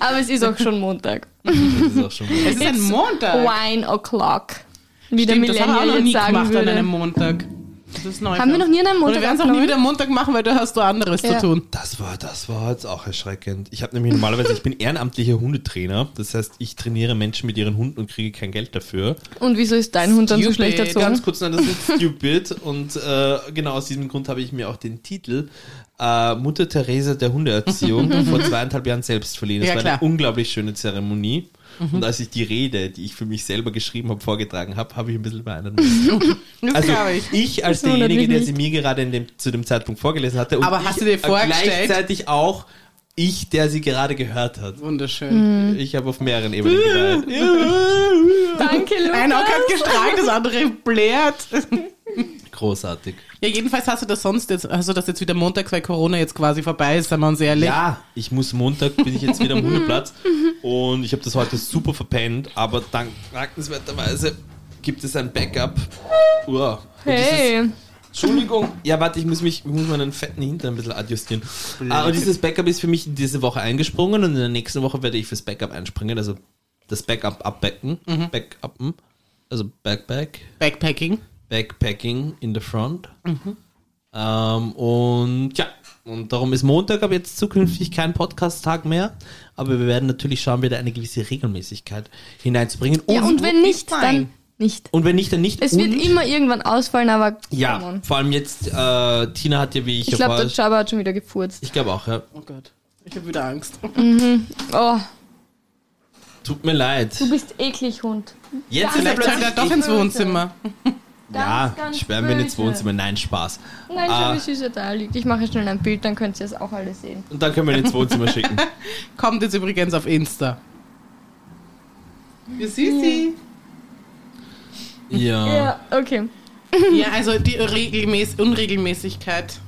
[SPEAKER 2] Aber es ist auch schon Montag.
[SPEAKER 3] Das ist auch schon mal.
[SPEAKER 1] Es ist ein
[SPEAKER 2] It's
[SPEAKER 1] Montag.
[SPEAKER 2] Wine o'clock. Wie der
[SPEAKER 1] Stimmt, das haben wir auch
[SPEAKER 2] Millennial
[SPEAKER 1] noch nie
[SPEAKER 2] jetzt sagen
[SPEAKER 1] gemacht an
[SPEAKER 2] würde.
[SPEAKER 1] einem Montag. Das ist neu.
[SPEAKER 2] Haben wir noch nie an einem
[SPEAKER 1] Und
[SPEAKER 2] Montag
[SPEAKER 1] wir werden es auch nie
[SPEAKER 2] aufgenommen?
[SPEAKER 1] wieder Montag machen, weil du hast du anderes
[SPEAKER 2] Ja.
[SPEAKER 1] zu tun.
[SPEAKER 3] Das war, das war jetzt auch erschreckend. Ich habe nämlich normalerweise, ich bin ehrenamtlicher Hundetrainer. Das heißt, ich trainiere Menschen mit ihren Hunden und kriege kein Geld dafür.
[SPEAKER 2] Und wieso ist dein Hund dann so
[SPEAKER 1] Stupid.
[SPEAKER 2] schlecht erzogen?
[SPEAKER 3] Ganz kurz, nein, das ist stupid. Und äh, genau aus diesem Grund habe ich mir auch den Titel äh, Mutter Theresa der Hundeerziehung vor zweieinhalb Jahren selbst verliehen. Das
[SPEAKER 1] Ja,
[SPEAKER 3] war
[SPEAKER 1] klar. Mhm.
[SPEAKER 3] eine unglaublich schöne Zeremonie. Und als ich die Rede, die ich für mich selber geschrieben habe, vorgetragen habe, habe ich ein bisschen weinen müssen.
[SPEAKER 1] Das
[SPEAKER 3] Also
[SPEAKER 1] glaube ich.
[SPEAKER 3] ich. als
[SPEAKER 2] Das wundert
[SPEAKER 3] derjenige,
[SPEAKER 2] mich
[SPEAKER 3] der
[SPEAKER 2] nicht.
[SPEAKER 3] sie mir gerade in dem, zu dem Zeitpunkt vorgelesen hatte. Und
[SPEAKER 1] Aber
[SPEAKER 3] ich, äh,
[SPEAKER 1] hast du dir vorgestellt-
[SPEAKER 3] Gleichzeitig auch ich, der sie gerade gehört hat.
[SPEAKER 2] Mhm.
[SPEAKER 1] Wunderschön.
[SPEAKER 3] Ich habe auf mehreren Ebenen geweint.
[SPEAKER 2] Danke,
[SPEAKER 1] Ein Auge hat gestrahlt, das andere blärt.
[SPEAKER 3] Großartig.
[SPEAKER 1] Ja, jedenfalls hast du das sonst jetzt, hast du das jetzt wieder montags, weil Corona jetzt quasi vorbei ist, seien wir uns ehrlich.
[SPEAKER 3] Ja, ich muss Montag, bin ich jetzt wieder am Hundeplatz und ich habe das heute super verpennt, aber dank dankenswerterweise gibt es ein Backup. Uah. Und dieses-
[SPEAKER 2] Hey,
[SPEAKER 3] Entschuldigung. Ja, warte, ich muss mich, ich muss meinen fetten Hintern ein bisschen adjustieren. Ah, und dieses Backup ist für mich diese Woche eingesprungen und in der nächsten Woche werde ich fürs Backup einspringen, also das Backup abbacken, backuppen, also backpack,
[SPEAKER 1] Backpacking.
[SPEAKER 2] Mhm.
[SPEAKER 3] backpacking in the front. Ähm, und ja, Und darum ist Montag ab jetzt zukünftig kein Podcast-Tag mehr. Aber wir werden natürlich schauen, wieder eine gewisse Regelmäßigkeit hineinzubringen.
[SPEAKER 2] Ja, und wenn nicht, dann
[SPEAKER 1] fein.
[SPEAKER 2] nicht.
[SPEAKER 3] und wenn nicht, dann nicht.
[SPEAKER 2] Es wird
[SPEAKER 3] und,
[SPEAKER 2] immer irgendwann ausfallen, aber come
[SPEAKER 3] Ja,
[SPEAKER 2] on.
[SPEAKER 3] vor allem jetzt, äh, Tina hat ja, wie ich,
[SPEAKER 2] Ich glaube, der
[SPEAKER 3] vorher-
[SPEAKER 2] Jabba hat schon wieder gefurzt.
[SPEAKER 3] Ich glaube auch, ja.
[SPEAKER 1] Oh Gott, ich habe wieder Angst.
[SPEAKER 2] Oh,
[SPEAKER 3] Tut mir leid.
[SPEAKER 2] du bist eklig, Hund.
[SPEAKER 3] Jetzt ist er
[SPEAKER 1] Vielleicht eh soll
[SPEAKER 3] plötzlich.
[SPEAKER 1] er doch ins
[SPEAKER 2] böse.
[SPEAKER 1] Wohnzimmer.
[SPEAKER 3] ja,
[SPEAKER 2] Ganz, ganz
[SPEAKER 3] sperren wir ihn ins
[SPEAKER 2] böse.
[SPEAKER 3] Wohnzimmer. Nein, Spaß.
[SPEAKER 2] Nein,
[SPEAKER 3] Ah.
[SPEAKER 2] schau, wie süß er da liegt. Ich mache schnell ein Bild, dann könnt ihr es auch alle sehen.
[SPEAKER 3] Und dann können wir ihn ins Wohnzimmer schicken.
[SPEAKER 1] Kommt jetzt übrigens auf Insta. Ihr Süßi. Ah.
[SPEAKER 3] Ja.
[SPEAKER 2] Ja, okay.
[SPEAKER 1] Ja, also die Regelmäß Unregelmäßigkeit.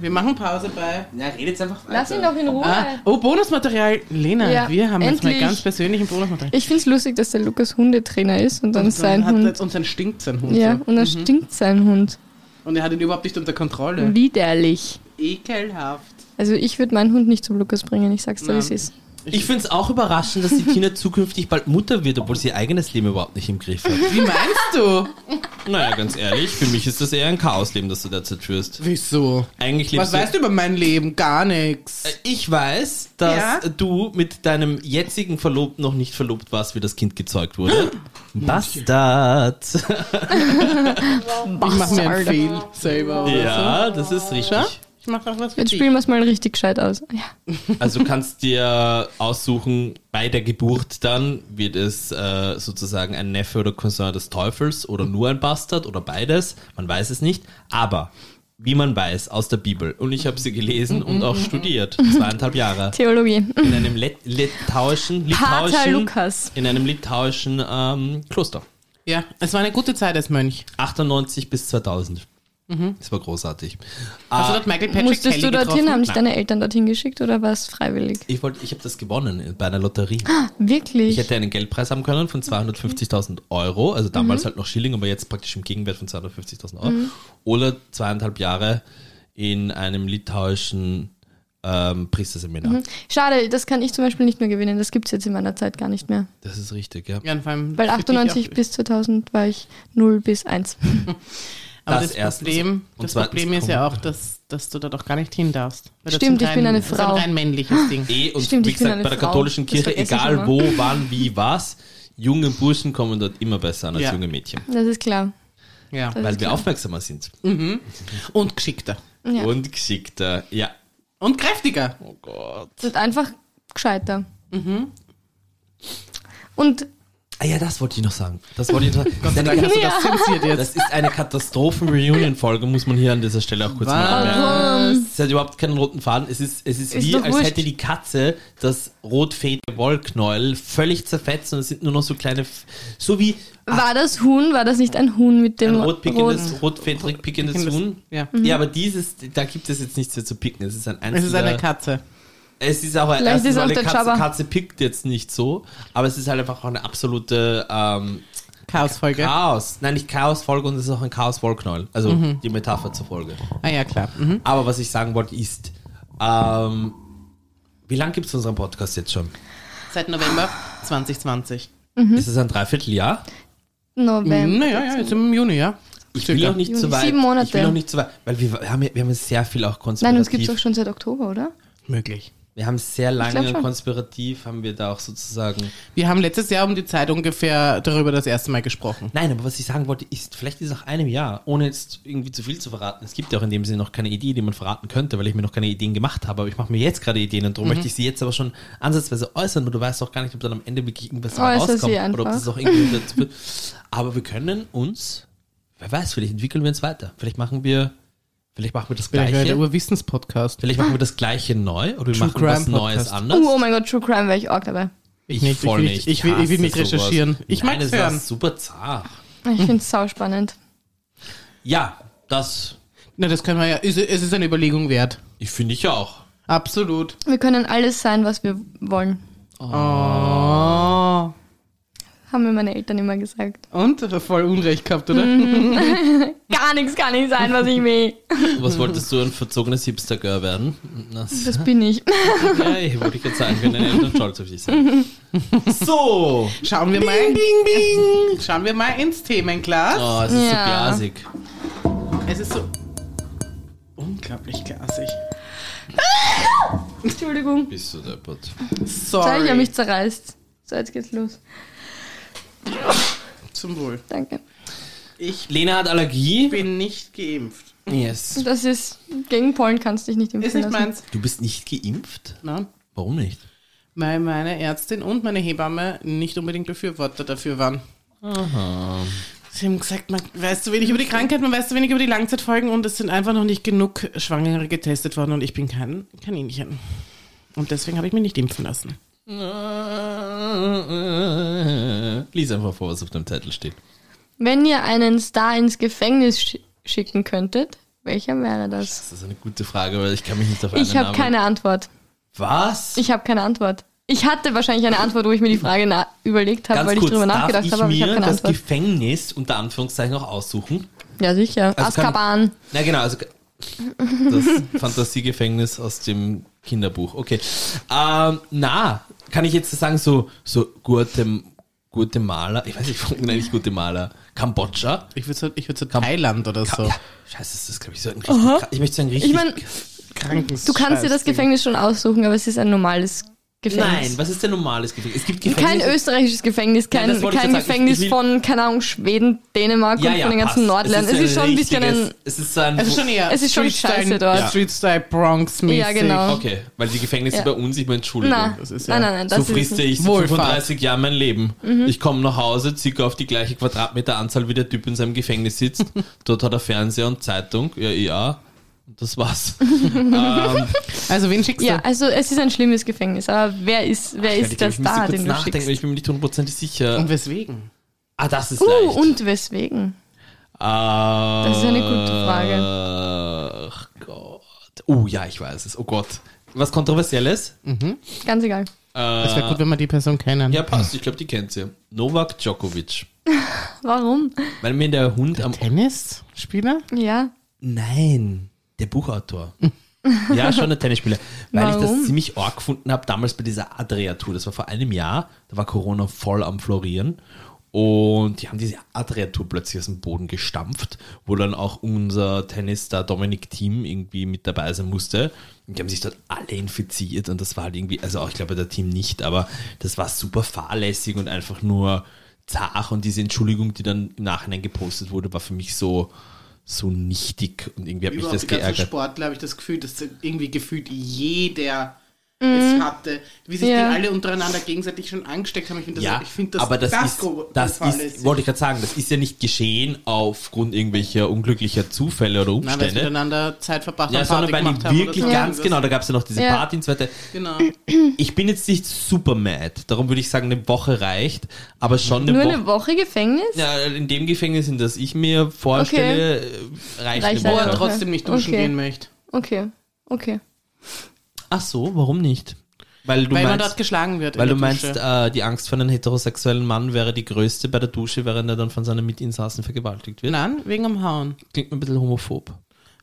[SPEAKER 1] Wir machen Pause bei.
[SPEAKER 3] Ja, redet einfach weiter.
[SPEAKER 2] Lass ihn doch in Ruhe.
[SPEAKER 1] Ah, oh, Bonusmaterial. Lena,
[SPEAKER 2] Ja,
[SPEAKER 1] wir haben jetzt
[SPEAKER 2] endlich.
[SPEAKER 1] mal ganz persönlichen Bonusmaterial.
[SPEAKER 2] Ich find's lustig, dass der Lukas Hundetrainer ist und dann
[SPEAKER 1] Und
[SPEAKER 2] sein
[SPEAKER 1] Also, hat
[SPEAKER 2] Hund.
[SPEAKER 1] jetzt unseren stinkt sein Hund.
[SPEAKER 2] Ja,
[SPEAKER 1] so. Mhm.
[SPEAKER 2] und dann stinkt sein Hund.
[SPEAKER 1] Und er hat ihn überhaupt nicht unter Kontrolle.
[SPEAKER 2] Widerlich.
[SPEAKER 1] Ekelhaft.
[SPEAKER 2] Also ich würde meinen Hund nicht zum Lukas bringen, ich sag's dir, wie es
[SPEAKER 1] Nein.
[SPEAKER 2] ist.
[SPEAKER 3] Ich finde es auch überraschend, dass die Tina zukünftig bald Mutter wird, obwohl sie ihr eigenes Leben überhaupt nicht im Griff hat.
[SPEAKER 1] Wie meinst du?
[SPEAKER 3] Naja, ganz ehrlich, für mich ist das eher ein Chaosleben, das du derzeit führst.
[SPEAKER 1] Wieso?
[SPEAKER 3] Eigentlich lebst
[SPEAKER 1] Was
[SPEAKER 3] du Äh,
[SPEAKER 1] weißt du über mein Leben? Gar nichts.
[SPEAKER 3] Ich weiß, dass
[SPEAKER 1] Ja?
[SPEAKER 3] du mit deinem jetzigen Verlobten noch nicht verlobt warst, wie das Kind gezeugt wurde. Bastard.
[SPEAKER 1] Ich mach mir einen
[SPEAKER 2] Alter.
[SPEAKER 1] Fehl selber. Oder
[SPEAKER 3] Ja, das ist
[SPEAKER 1] So. Ja?
[SPEAKER 3] richtig.
[SPEAKER 1] Ich mach auch was für
[SPEAKER 2] Jetzt
[SPEAKER 1] dich.
[SPEAKER 2] spielen wir's mal richtig gescheit aus. Ja.
[SPEAKER 3] Also du kannst dir aussuchen, bei der Geburt dann wird es äh, sozusagen ein Neffe oder Cousin des Teufels oder nur ein Bastard oder beides, man weiß es nicht, aber wie man weiß aus der Bibel und ich habe sie gelesen und auch studiert, zweieinhalb Jahre
[SPEAKER 2] Theologie.
[SPEAKER 3] in einem Let litauischen,
[SPEAKER 2] Pater
[SPEAKER 3] litauischen
[SPEAKER 2] Lukas.
[SPEAKER 3] in einem litauischen ähm, Kloster.
[SPEAKER 1] Ja, es war eine gute Zeit als Mönch.
[SPEAKER 3] 98 bis 2000.
[SPEAKER 2] Mhm.
[SPEAKER 3] Das war großartig.
[SPEAKER 1] Hast
[SPEAKER 3] Ah,
[SPEAKER 1] du dort Michael Patrick
[SPEAKER 2] Musstest
[SPEAKER 1] Kelly
[SPEAKER 2] du dorthin?
[SPEAKER 1] getroffen?
[SPEAKER 2] Haben dich
[SPEAKER 3] Nein.
[SPEAKER 2] deine Eltern dorthin geschickt oder war's freiwillig?
[SPEAKER 3] ich wollte, ich habe das gewonnen bei einer Lotterie.
[SPEAKER 2] Ah.
[SPEAKER 3] Ich
[SPEAKER 2] Wirklich?
[SPEAKER 3] hätte einen Geldpreis haben können von 250.000 Euro, also
[SPEAKER 2] Mhm.
[SPEAKER 3] damals halt noch Schilling, aber jetzt praktisch im Gegenwert von 250.000 Euro. Oder zweieinhalb Jahre in einem litauischen ähm, Priesterseminar.
[SPEAKER 2] Mhm. Schade, das kann ich zum Beispiel nicht mehr gewinnen. Das gibt's jetzt in meiner Zeit gar nicht mehr.
[SPEAKER 3] Das ist richtig, ja.
[SPEAKER 1] Ja, und vor allem
[SPEAKER 2] Weil
[SPEAKER 1] für dich
[SPEAKER 2] 98
[SPEAKER 1] auch-
[SPEAKER 2] bis 2000 war ich 0 bis 1.
[SPEAKER 1] Aber
[SPEAKER 3] Das
[SPEAKER 1] das,
[SPEAKER 3] erstens.
[SPEAKER 1] Problem,
[SPEAKER 3] Und
[SPEAKER 1] das
[SPEAKER 3] zweitens
[SPEAKER 1] Problem ist ja
[SPEAKER 3] kommt-
[SPEAKER 1] auch, dass, dass du da doch gar nicht hin darfst. Weil das
[SPEAKER 2] Stimmt,
[SPEAKER 1] ist ein
[SPEAKER 2] ich bin eine
[SPEAKER 1] das ist ein
[SPEAKER 2] Frau.
[SPEAKER 1] rein männliches Ding.
[SPEAKER 3] Eh, und
[SPEAKER 2] Stimmt,
[SPEAKER 3] wie
[SPEAKER 2] ich bin
[SPEAKER 3] gesagt,
[SPEAKER 2] eine
[SPEAKER 3] bei der
[SPEAKER 2] Frau.
[SPEAKER 3] katholischen
[SPEAKER 2] Das
[SPEAKER 3] Kirche,
[SPEAKER 2] vergesse ich
[SPEAKER 3] egal
[SPEAKER 2] immer.
[SPEAKER 3] wo, wann, wie, was, junge Burschen kommen dort immer besser an als
[SPEAKER 1] Ja.
[SPEAKER 3] junge Mädchen.
[SPEAKER 2] Das ist klar.
[SPEAKER 1] Ja.
[SPEAKER 2] Das
[SPEAKER 3] Weil
[SPEAKER 2] ist
[SPEAKER 3] wir
[SPEAKER 2] klar.
[SPEAKER 3] aufmerksamer sind.
[SPEAKER 1] Und geschickter.
[SPEAKER 2] Ja.
[SPEAKER 3] Und geschickter. Ja.
[SPEAKER 1] Und kräftiger.
[SPEAKER 3] Oh Gott.
[SPEAKER 2] sind einfach gescheiter. Und
[SPEAKER 3] Ah ja, das wollte ich noch sagen. Das wollte ich noch sagen. Das
[SPEAKER 1] Gott
[SPEAKER 3] ist
[SPEAKER 1] sei
[SPEAKER 3] eine
[SPEAKER 1] Dank hast du Also das
[SPEAKER 2] Ja.
[SPEAKER 1] zensiert jetzt.
[SPEAKER 3] Das ist eine Katastrophen-Reunion-Folge, muss man hier an dieser Stelle auch kurz mal anmerken.
[SPEAKER 2] ähm,
[SPEAKER 1] Was?
[SPEAKER 3] Es hat überhaupt keinen roten Faden. Es ist, es ist,
[SPEAKER 2] Ist
[SPEAKER 3] wie,
[SPEAKER 2] doch
[SPEAKER 3] als
[SPEAKER 2] wurscht.
[SPEAKER 3] hätte die Katze das rotfähige Wollknäuel völlig zerfetzt und es sind nur noch so kleine, F- so wie
[SPEAKER 2] war das Huhn, war das nicht ein Huhn mit
[SPEAKER 3] ein
[SPEAKER 2] dem
[SPEAKER 3] rotpickendes,
[SPEAKER 2] Rot- Mhm.
[SPEAKER 3] rotfädrig pickendes
[SPEAKER 1] Pickendes-
[SPEAKER 3] Huhn.
[SPEAKER 1] ja.
[SPEAKER 3] ja, aber dieses, da gibt es jetzt nichts mehr zu picken. Es ist ein einzelner.
[SPEAKER 1] Es ist eine Katze.
[SPEAKER 3] Es ist auch ein
[SPEAKER 2] Vielleicht ist auch
[SPEAKER 3] Katze,
[SPEAKER 2] der Jabba.
[SPEAKER 3] Katze pickt jetzt nicht so, aber es ist halt einfach auch eine absolute ähm,
[SPEAKER 1] Chaosfolge.
[SPEAKER 3] Chaos. Nein, nicht Chaos-Folge und es ist auch ein Chaos-Wollknäuel. Also
[SPEAKER 2] Mhm.
[SPEAKER 3] die Metapher zur Folge.
[SPEAKER 1] Ah ja, klar. Mhm.
[SPEAKER 3] Aber was ich sagen wollte ist, ähm, wie lange gibt es unseren Podcast jetzt schon?
[SPEAKER 1] Seit November 2020.
[SPEAKER 2] Mhm.
[SPEAKER 3] Ist es ein Dreivierteljahr?
[SPEAKER 2] November.
[SPEAKER 1] Naja, ja, jetzt im Juni, ja.
[SPEAKER 3] Ich will auch nicht zu weit.
[SPEAKER 2] Sieben Monate.
[SPEAKER 3] Ich will auch nicht zu weit, weil wir, wir, haben, ja- wir haben sehr viel auch konspirativ.
[SPEAKER 2] Nein, uns gibt es auch schon seit Oktober, oder?
[SPEAKER 1] Möglich.
[SPEAKER 3] wir haben sehr
[SPEAKER 2] glaub
[SPEAKER 3] lange
[SPEAKER 2] schon.
[SPEAKER 3] konspirativ, haben wir da auch sozusagen.
[SPEAKER 1] Wir haben letztes Jahr um die Zeit ungefähr darüber das erste Mal gesprochen.
[SPEAKER 3] Nein, aber was ich sagen wollte, ist, vielleicht ist nach einem Jahr, ohne jetzt irgendwie zu viel zu verraten, es gibt ja auch in dem Sinne noch keine Idee, die man verraten könnte, weil ich mir noch keine Ideen gemacht habe, aber ich mache mir jetzt gerade Ideen und darum
[SPEAKER 2] Mhm.
[SPEAKER 3] möchte ich sie jetzt aber schon ansatzweise äußern, weil du weißt auch gar nicht, ob dann am Ende wirklich irgendwas dabei
[SPEAKER 2] Äußer sie
[SPEAKER 3] rauskommt oder ob
[SPEAKER 2] einfach.
[SPEAKER 3] das auch irgendwie dazu führt. Aber wir können uns, wer weiß, vielleicht entwickeln wir uns weiter. Vielleicht machen wir, vielleicht machen wir das
[SPEAKER 1] Vielleicht wäre der
[SPEAKER 3] Gleiche.
[SPEAKER 1] Urwissenspodcast.
[SPEAKER 3] Vielleicht machen wir das Gleiche neu oder wir
[SPEAKER 1] True
[SPEAKER 3] machen was
[SPEAKER 1] Crime
[SPEAKER 3] Neues
[SPEAKER 1] Podcast.
[SPEAKER 3] anders.
[SPEAKER 2] Oh, oh mein Gott, True Crime wäre ich auch dabei.
[SPEAKER 1] Ich nicht, ich
[SPEAKER 3] voll
[SPEAKER 1] will nicht- ich will- ich will nicht
[SPEAKER 3] hasse sowas.
[SPEAKER 1] recherchieren. Ich
[SPEAKER 3] Nein,
[SPEAKER 1] mag's
[SPEAKER 3] das war
[SPEAKER 1] hören.
[SPEAKER 3] super zart.
[SPEAKER 2] Ich finde es sauspannend.
[SPEAKER 3] Ja, das
[SPEAKER 1] Na, das können wir ja. Es es ist eine Überlegung wert.
[SPEAKER 3] Ich finde ich auch.
[SPEAKER 1] Absolut.
[SPEAKER 2] Wir können alles sein, was wir wollen.
[SPEAKER 1] Oh.
[SPEAKER 2] Haben mir meine Eltern immer gesagt.
[SPEAKER 1] Und? Voll Unrecht gehabt, oder?
[SPEAKER 3] Mhm.
[SPEAKER 2] Gar nichts kann ich sein, was ich will.
[SPEAKER 3] Was wolltest du, ein verzogenes Hipster-Girl werden? Das,
[SPEAKER 2] Das bin ich.
[SPEAKER 3] ja, ich wollte ich gerade sagen, wenn deine Eltern stolz auf dich sind. So!
[SPEAKER 1] Schauen wir mal. Schauen wir mal ins Themenglas.
[SPEAKER 3] Oh, es ist so
[SPEAKER 2] Ja.
[SPEAKER 3] glasig.
[SPEAKER 1] Es ist so. Unglaublich glasig.
[SPEAKER 2] Entschuldigung.
[SPEAKER 3] Bist du deppert.
[SPEAKER 2] Sorry. ich habe
[SPEAKER 1] Sorry.
[SPEAKER 2] mich zerreißt. So, jetzt geht's los.
[SPEAKER 1] Zum Wohl.
[SPEAKER 2] Danke.
[SPEAKER 1] Ich
[SPEAKER 3] Lena hat Allergie.
[SPEAKER 1] bin nicht geimpft.
[SPEAKER 3] Yes.
[SPEAKER 2] Das ist gegen Pollen kannst dich nicht impfen
[SPEAKER 1] Ist nicht
[SPEAKER 2] lassen.
[SPEAKER 1] meins.
[SPEAKER 3] Du bist nicht geimpft?
[SPEAKER 1] Nein.
[SPEAKER 3] Warum nicht?
[SPEAKER 1] Weil meine Ärztin und meine Hebamme nicht unbedingt Befürworter dafür waren. Sie haben gesagt, man weiß zu wenig über die Krankheit, man weiß zu wenig über die Langzeitfolgen und es sind einfach noch nicht genug Schwangere getestet worden und ich bin kein Kaninchen. Und deswegen habe ich mich nicht impfen lassen.
[SPEAKER 3] Lies einfach vor, was auf dem Titel steht.
[SPEAKER 2] Wenn ihr einen Star ins Gefängnis sch schicken könntet, welcher wäre das?
[SPEAKER 3] Das ist eine gute Frage, weil ich kann mich nicht auf einen
[SPEAKER 2] Ich habe
[SPEAKER 3] Namen-
[SPEAKER 2] keine Antwort.
[SPEAKER 3] Was?
[SPEAKER 2] Ich habe keine Antwort. Ich hatte wahrscheinlich eine Antwort, wo ich mir die Frage na- überlegt habe,
[SPEAKER 3] Ganz
[SPEAKER 2] weil ich
[SPEAKER 3] kurz,
[SPEAKER 2] drüber
[SPEAKER 3] darf
[SPEAKER 2] nachgedacht
[SPEAKER 3] ich
[SPEAKER 2] habe, aber ich habe
[SPEAKER 3] mir
[SPEAKER 2] keine
[SPEAKER 3] das
[SPEAKER 2] Antwort.
[SPEAKER 3] Gefängnis unter Anführungszeichen auch aussuchen?
[SPEAKER 2] Ja, sicher.
[SPEAKER 3] Also kann-
[SPEAKER 2] Azkaban.
[SPEAKER 3] Na genau, also das Fantasiegefängnis aus dem Kinderbuch. Okay. Ähm, na, kann ich jetzt sagen, so, so Guatem, Guatemala, ich weiß nicht, warum nenne ich Guatemala, Kambodscha?
[SPEAKER 1] Ich würde zu, ich würd zu Thailand oder so.
[SPEAKER 3] Ja, scheiße, ist das, glaube ich, so ein richtig, ich möchte so ein richtig...
[SPEAKER 2] Ich meine,
[SPEAKER 1] Krankens
[SPEAKER 2] du kannst dir das Gefängnis schon aussuchen, aber es ist ein normales Gefängnis.
[SPEAKER 3] nein, was ist denn normales Gefängnis? Es gibt Gefängnisse...
[SPEAKER 2] Kein österreichisches Gefängnis, kein,
[SPEAKER 3] das wollte ich
[SPEAKER 2] kein
[SPEAKER 3] schon sagen. Ich-
[SPEAKER 2] Gefängnis
[SPEAKER 3] ich will-
[SPEAKER 2] von, keine Ahnung, Schweden, Dänemark und von den ganzen
[SPEAKER 3] passt.
[SPEAKER 2] Nordländern. Es ist, schon ein bisschen ein.
[SPEAKER 3] richtiges- Es ist so ein...
[SPEAKER 1] Es ist Also schon eher
[SPEAKER 2] Es ist schon
[SPEAKER 1] Street-Style-
[SPEAKER 2] scheiße dort.
[SPEAKER 1] Ja. Street-Style Bronx-mäßig.
[SPEAKER 2] Ja, genau.
[SPEAKER 3] Okay, weil die Gefängnisse
[SPEAKER 2] Ja.
[SPEAKER 3] bei uns, ich meine, Entschuldigung.
[SPEAKER 2] Na,
[SPEAKER 1] Das ist ja-
[SPEAKER 2] nein, nein, nein, das
[SPEAKER 3] so
[SPEAKER 2] ist. Mhm.
[SPEAKER 3] friste ich seit
[SPEAKER 1] Wohlfahrt.
[SPEAKER 3] 35 Jahre mein Leben. Ich komme nach Hause, zicke auf die gleiche Quadratmeteranzahl, wie der Typ in seinem Gefängnis sitzt. Dort hat er Fernseher und Zeitung. Ja, ja. Und Das war's.
[SPEAKER 1] Also wen schickst
[SPEAKER 2] Ja,
[SPEAKER 1] du?
[SPEAKER 2] also es ist ein schlimmes Gefängnis, aber wer ist, wer
[SPEAKER 3] ich
[SPEAKER 2] ist der
[SPEAKER 3] glaub, ich müsste
[SPEAKER 2] Star,
[SPEAKER 3] kurz
[SPEAKER 2] den du
[SPEAKER 3] nachdenken, weil
[SPEAKER 2] schickst?
[SPEAKER 3] ich bin mir nicht hundertprozentig sicher.
[SPEAKER 1] Und weswegen?
[SPEAKER 3] Ah, das ist
[SPEAKER 2] Uh,
[SPEAKER 3] leicht.
[SPEAKER 2] und weswegen?
[SPEAKER 3] das
[SPEAKER 2] ist eine gute Frage.
[SPEAKER 3] Ach Gott. Oh ja, ich weiß es. Oh Gott. Was Kontroversielles?
[SPEAKER 2] Mhm. Ganz egal.
[SPEAKER 1] Es wäre gut, wenn wir die Person kennen.
[SPEAKER 3] Äh, Ja, passt. Ich glaube, die kennt sie. Novak Djokovic.
[SPEAKER 2] Warum?
[SPEAKER 3] Weil mir der Hund am
[SPEAKER 1] Tennisspieler?
[SPEAKER 2] Ja.
[SPEAKER 3] Nein, der Buchautor. ja, schon der Tennisspieler. Weil ich
[SPEAKER 2] Warum?
[SPEAKER 3] das ziemlich arg gefunden habe, damals bei dieser Adria-Tour. Das war vor einem Jahr. Da war Corona voll am Florieren. Und die haben diese Adria-Tour plötzlich aus dem Boden gestampft, wo dann auch unser Tennisstar Dominik Thiem irgendwie mit dabei sein musste. Und die haben sich dort alle infiziert und das war halt irgendwie, also auch ich glaube der Team nicht, aber das war super fahrlässig und einfach nur zach und diese Entschuldigung, die dann im Nachhinein gepostet wurde, war für mich so, so nichtig und irgendwie hat mich
[SPEAKER 1] überhaupt
[SPEAKER 3] das
[SPEAKER 1] die ganzen
[SPEAKER 3] geärgert.
[SPEAKER 1] Sportler habe ich das Gefühl, dass irgendwie gefühlt jeder es hatte. Wie sich
[SPEAKER 2] Mhm. Ja.
[SPEAKER 1] die alle untereinander gegenseitig schon angesteckt haben. Ich finde das,
[SPEAKER 3] Ja,
[SPEAKER 1] Also ich find das,
[SPEAKER 3] aber das, ist,
[SPEAKER 1] gro-
[SPEAKER 3] das ist,
[SPEAKER 1] fahrlässig.
[SPEAKER 3] wollte ich gerade sagen, das ist ja nicht geschehen aufgrund irgendwelcher unglücklicher Zufälle oder
[SPEAKER 1] Nein, weil sie
[SPEAKER 3] Umstände.
[SPEAKER 1] miteinander Zeit verbracht
[SPEAKER 3] ja,
[SPEAKER 1] und
[SPEAKER 3] sondern
[SPEAKER 1] Party
[SPEAKER 3] weil
[SPEAKER 1] gemacht
[SPEAKER 3] die
[SPEAKER 1] haben. oder
[SPEAKER 3] wirklich
[SPEAKER 1] so.
[SPEAKER 3] ganz
[SPEAKER 1] Das-
[SPEAKER 3] genau, da gab es ja noch diese
[SPEAKER 2] Ja.
[SPEAKER 3] Party und so weiter.
[SPEAKER 1] Genau.
[SPEAKER 3] Ich bin jetzt nicht super mad, darum würde ich sagen, eine Woche reicht, aber schon eine
[SPEAKER 2] Nur
[SPEAKER 3] Woche.
[SPEAKER 2] eine Woche Gefängnis?
[SPEAKER 3] ja, in dem Gefängnis, in das ich mir vorstelle, äh,
[SPEAKER 2] Reicht
[SPEAKER 3] reicht,
[SPEAKER 2] halt
[SPEAKER 1] Wo
[SPEAKER 3] eine
[SPEAKER 1] er
[SPEAKER 3] Woche.
[SPEAKER 2] eine Woche.
[SPEAKER 1] trotzdem nicht duschen
[SPEAKER 2] Okay.
[SPEAKER 1] gehen möchte.
[SPEAKER 2] Okay, okay.
[SPEAKER 3] Ach so, warum nicht? Weil du
[SPEAKER 1] Weil man
[SPEAKER 3] meinst,
[SPEAKER 1] dort geschlagen wird. in
[SPEAKER 3] Weil du
[SPEAKER 1] der
[SPEAKER 3] meinst,
[SPEAKER 1] Dusche.
[SPEAKER 3] äh, die Angst vor einem heterosexuellen Mann wäre die größte bei der Dusche, während er dann von seinen Mitinsassen vergewaltigt wird.
[SPEAKER 1] Nein, wegen am Hauen.
[SPEAKER 3] Klingt mir ein bisschen homophob.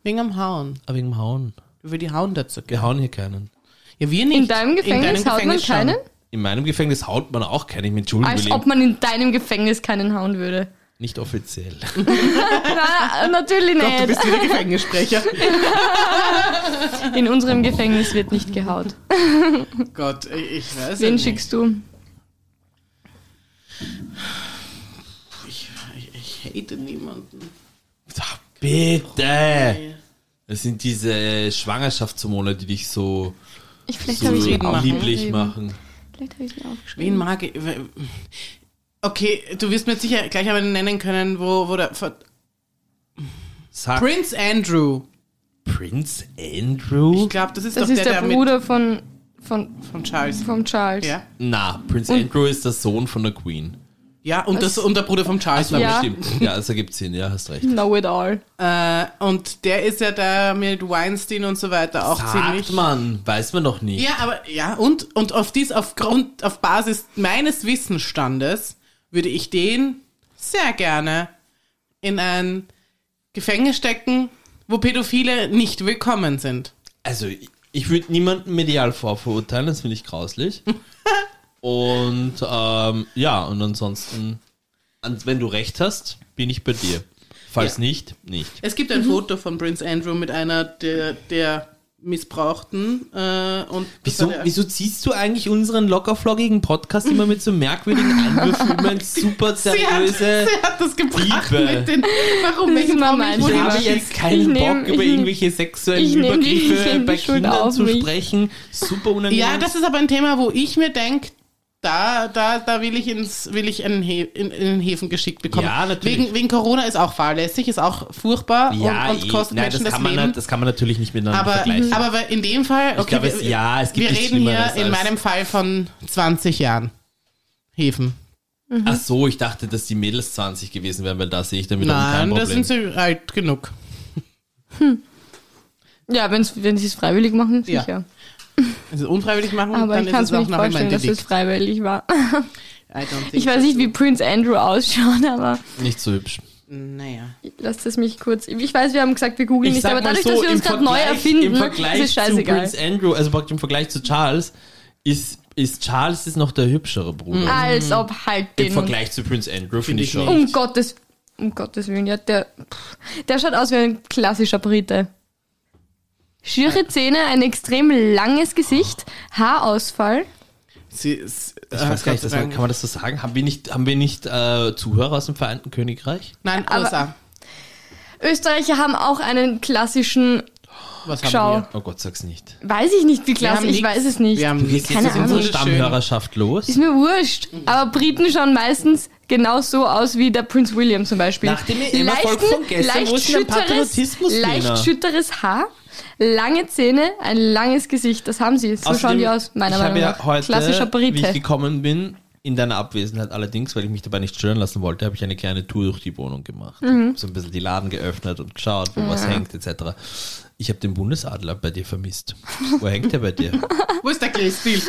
[SPEAKER 1] Wegen am Hauen.
[SPEAKER 3] Aber wegen dem Hauen.
[SPEAKER 1] Über die Hauen dazu.
[SPEAKER 3] Wir hauen hier keinen.
[SPEAKER 1] Ja, wir nicht.
[SPEAKER 2] In deinem Gefängnis haut man
[SPEAKER 1] schon.
[SPEAKER 2] keinen?
[SPEAKER 3] In meinem Gefängnis haut man auch keinen. Ich meine, Entschuldigung, wir
[SPEAKER 2] Als ob
[SPEAKER 3] leben
[SPEAKER 2] man in deinem Gefängnis keinen hauen würde.
[SPEAKER 3] nicht offiziell.
[SPEAKER 2] Na, natürlich
[SPEAKER 1] Doch, du
[SPEAKER 2] nicht.
[SPEAKER 1] bist wieder Gefängnissprecher.
[SPEAKER 2] In unserem Gefängnis wird nicht gehaut.
[SPEAKER 1] Gott, ich weiß ja
[SPEAKER 2] Wen
[SPEAKER 1] nicht.
[SPEAKER 2] schickst du?
[SPEAKER 1] Ich, ich, ich hate niemanden.
[SPEAKER 3] Ach,
[SPEAKER 2] Oh,
[SPEAKER 3] bitte! Das sind diese äh, Schwangerschaftshormone, die dich so,
[SPEAKER 2] Ich, vielleicht
[SPEAKER 3] so
[SPEAKER 2] habe ich ihn
[SPEAKER 1] machen.
[SPEAKER 3] lieblich
[SPEAKER 2] Eben.
[SPEAKER 3] machen.
[SPEAKER 2] Vielleicht habe ich ihn aufgeschrieben.
[SPEAKER 1] Wen mag ich? Okay, du wirst mir jetzt sicher gleich einen nennen können, wo, wo der. Ver
[SPEAKER 3] Sag
[SPEAKER 1] Prince Andrew.
[SPEAKER 3] Prince
[SPEAKER 1] Ich
[SPEAKER 3] Andrew?
[SPEAKER 1] glaube, das ist
[SPEAKER 2] Das
[SPEAKER 1] doch
[SPEAKER 2] ist der,
[SPEAKER 1] der, mit
[SPEAKER 2] Bruder von, von
[SPEAKER 1] von Charles.
[SPEAKER 2] vom Charles.
[SPEAKER 1] Ja.
[SPEAKER 3] Na, Prince
[SPEAKER 2] Und-
[SPEAKER 3] Andrew ist der Sohn von der Queen.
[SPEAKER 1] Ja, und, das,
[SPEAKER 2] Was?
[SPEAKER 1] und der Bruder von Charles.
[SPEAKER 3] Aber
[SPEAKER 2] Ja.
[SPEAKER 3] Stimmt. Ja, das ergibt Sinn. Ja, hast recht.
[SPEAKER 2] Know it all.
[SPEAKER 1] Äh, und der ist ja da mit Weinstein und so weiter auch
[SPEAKER 3] Sagt
[SPEAKER 1] ziemlich.
[SPEAKER 3] man, weiß man noch nicht.
[SPEAKER 1] Ja, aber ja, und, und auf dies, aufgrund, auf Basis meines Wissensstandes würde ich den sehr gerne in ein Gefängnis stecken, wo Pädophile nicht willkommen sind.
[SPEAKER 3] Also, ich- ich würde niemanden medial vorverurteilen, das finde ich grauslich. und ähm, ja, und ansonsten, an- wenn du recht hast, bin ich bei dir. Falls
[SPEAKER 1] Ja.
[SPEAKER 3] nicht, nicht.
[SPEAKER 1] Es gibt ein
[SPEAKER 2] Mhm.
[SPEAKER 1] Foto von Prince Andrew mit einer der, der Missbrauchten. Äh, und das war
[SPEAKER 3] Wieso,
[SPEAKER 1] der-
[SPEAKER 3] wieso ziehst du eigentlich unseren lockerfloggigen Podcast immer mit so merkwürdigen Einwürfen immer in super
[SPEAKER 1] Sie hat,
[SPEAKER 3] seriöse...
[SPEAKER 1] sie hat das gebracht
[SPEAKER 3] Diebe.
[SPEAKER 1] mit den. Warum
[SPEAKER 2] Das ist
[SPEAKER 1] welchen
[SPEAKER 2] immer
[SPEAKER 1] Promi
[SPEAKER 2] mein
[SPEAKER 1] wurde
[SPEAKER 3] Ich habe
[SPEAKER 1] geschickt?
[SPEAKER 3] jetzt keinen
[SPEAKER 2] Ich nehm-
[SPEAKER 3] Bock, über
[SPEAKER 2] ich nehm-
[SPEAKER 3] irgendwelche
[SPEAKER 2] ich
[SPEAKER 3] sexuellen
[SPEAKER 2] nehm die- ich
[SPEAKER 3] Übergriffe
[SPEAKER 2] nehm die
[SPEAKER 3] bei
[SPEAKER 2] Schuld
[SPEAKER 3] Kindern
[SPEAKER 2] auf
[SPEAKER 3] zu
[SPEAKER 2] mich.
[SPEAKER 3] sprechen. Super unangenehm.
[SPEAKER 1] Ja, das ist aber ein Thema, wo ich mir denke, da, da, da will ich ins, will ich einen He in, in den Häfen geschickt bekommen.
[SPEAKER 3] Ja, natürlich.
[SPEAKER 1] Wegen, wegen Corona ist auch fahrlässig, ist auch furchtbar
[SPEAKER 3] ja,
[SPEAKER 1] und,
[SPEAKER 3] eh.
[SPEAKER 1] und kostet
[SPEAKER 3] Nein,
[SPEAKER 1] Menschen
[SPEAKER 3] das,
[SPEAKER 1] das,
[SPEAKER 3] kann man,
[SPEAKER 1] Leben.
[SPEAKER 3] nat- das kann man natürlich nicht miteinander
[SPEAKER 1] aber, mhm,
[SPEAKER 3] vergleichen.
[SPEAKER 1] aber weil in dem Fall, okay,
[SPEAKER 3] glaube, es-
[SPEAKER 1] wir,
[SPEAKER 3] ja, es gibt
[SPEAKER 1] wir
[SPEAKER 3] nichts
[SPEAKER 1] reden hier
[SPEAKER 3] Schlimmeres
[SPEAKER 1] in
[SPEAKER 3] als-
[SPEAKER 1] meinem Fall von 20 Jahren Häfen.
[SPEAKER 3] Ach so, ich dachte, dass die Mädels 20 gewesen wären, weil da sehe ich damit auch kein
[SPEAKER 1] Nein, da
[SPEAKER 3] Problem.
[SPEAKER 1] sind sie alt genug.
[SPEAKER 2] Ja, wenn's, wenn sie es freiwillig machen,
[SPEAKER 1] Ja.
[SPEAKER 2] sicher.
[SPEAKER 1] Also unfreiwillig machen,
[SPEAKER 2] Aber
[SPEAKER 1] dann
[SPEAKER 2] ich
[SPEAKER 1] ist
[SPEAKER 2] kann es
[SPEAKER 1] es
[SPEAKER 2] mir
[SPEAKER 1] auch
[SPEAKER 2] nicht
[SPEAKER 1] noch immer
[SPEAKER 2] vorstellen,
[SPEAKER 1] ein
[SPEAKER 2] dass es
[SPEAKER 1] Delikt.
[SPEAKER 2] freiwillig
[SPEAKER 1] I
[SPEAKER 2] war.
[SPEAKER 1] don't
[SPEAKER 2] Ich
[SPEAKER 1] think
[SPEAKER 2] weiß
[SPEAKER 1] so.
[SPEAKER 2] nicht, wie Prince Andrew ausschaut, aber
[SPEAKER 3] Nicht so hübsch.
[SPEAKER 1] Naja.
[SPEAKER 2] lasst es mich kurz. Ich weiß, wir haben gesagt, wir googeln nicht,
[SPEAKER 3] sag
[SPEAKER 2] aber
[SPEAKER 3] mal
[SPEAKER 2] dadurch, dass wir
[SPEAKER 3] im
[SPEAKER 2] uns gerade neu
[SPEAKER 3] Vergleich-
[SPEAKER 2] erfinden,
[SPEAKER 3] im
[SPEAKER 2] ne,
[SPEAKER 3] Vergleich
[SPEAKER 2] ist es scheißegal.
[SPEAKER 3] Zu Prince Andrew, also praktisch im Vergleich zu Charles, ist, ist Charles ist noch der hübschere Bruder.
[SPEAKER 2] Als ob halt
[SPEAKER 3] Im
[SPEAKER 2] den.
[SPEAKER 3] Vergleich zu Prince Andrew finde ich
[SPEAKER 1] ich nicht.
[SPEAKER 3] schon.
[SPEAKER 2] Um Gottes, um Gottes Willen, ja, der, pff, der schaut aus wie ein klassischer Brite. Schiere Zähne, ein extrem langes Gesicht, Haarausfall.
[SPEAKER 1] Sie, ist-
[SPEAKER 3] Ich
[SPEAKER 1] äh,
[SPEAKER 3] weiß gar nicht,
[SPEAKER 1] Gott
[SPEAKER 3] das
[SPEAKER 1] sei
[SPEAKER 3] kann
[SPEAKER 1] Dank.
[SPEAKER 3] man das so sagen? Haben wir nicht, haben wir nicht äh, Zuhörer aus dem Vereinten Königreich?
[SPEAKER 1] Nein,
[SPEAKER 2] Aber-
[SPEAKER 1] USA.
[SPEAKER 2] Österreicher haben auch einen klassischen,
[SPEAKER 1] Was haben
[SPEAKER 2] Schau.
[SPEAKER 1] wir?
[SPEAKER 3] Oh Gott, sag's nicht.
[SPEAKER 2] weiß ich nicht, wie
[SPEAKER 1] Wir
[SPEAKER 2] klassisch,
[SPEAKER 1] haben
[SPEAKER 2] ich
[SPEAKER 1] nichts.
[SPEAKER 2] weiß es nicht.
[SPEAKER 1] Wir haben
[SPEAKER 3] Du
[SPEAKER 1] nichts.
[SPEAKER 3] gehst
[SPEAKER 2] Keine
[SPEAKER 3] jetzt mit unserer
[SPEAKER 2] Ahnung.
[SPEAKER 3] Stammhörerschaft los.
[SPEAKER 2] Ist mir wurscht.
[SPEAKER 3] Mhm.
[SPEAKER 2] Aber Briten schauen meistens genau so aus wie der Prinz William zum Beispiel.
[SPEAKER 3] Nach dem EM-Erfolg von gestern, wo ist denn der Patriotismus, Lena?
[SPEAKER 2] leicht schütteres Haar, lange Zähne, ein langes Gesicht. Das haben sie. So schauen die aus, meiner
[SPEAKER 3] ich
[SPEAKER 2] Meinung
[SPEAKER 3] habe
[SPEAKER 2] nach.
[SPEAKER 3] ja heute,
[SPEAKER 2] Klassischer
[SPEAKER 3] wie ich
[SPEAKER 2] Brite.
[SPEAKER 3] gekommen bin, in deiner Abwesenheit allerdings, weil ich mich dabei nicht stören lassen wollte, habe ich eine kleine Tour durch die Wohnung gemacht.
[SPEAKER 2] Mhm.
[SPEAKER 3] So ein bisschen die Laden geöffnet und geschaut, wo was hängt, etc. Ich habe den Bundesadler bei dir vermisst. Wo hängt der bei dir?
[SPEAKER 1] Wo ist der Glasstil?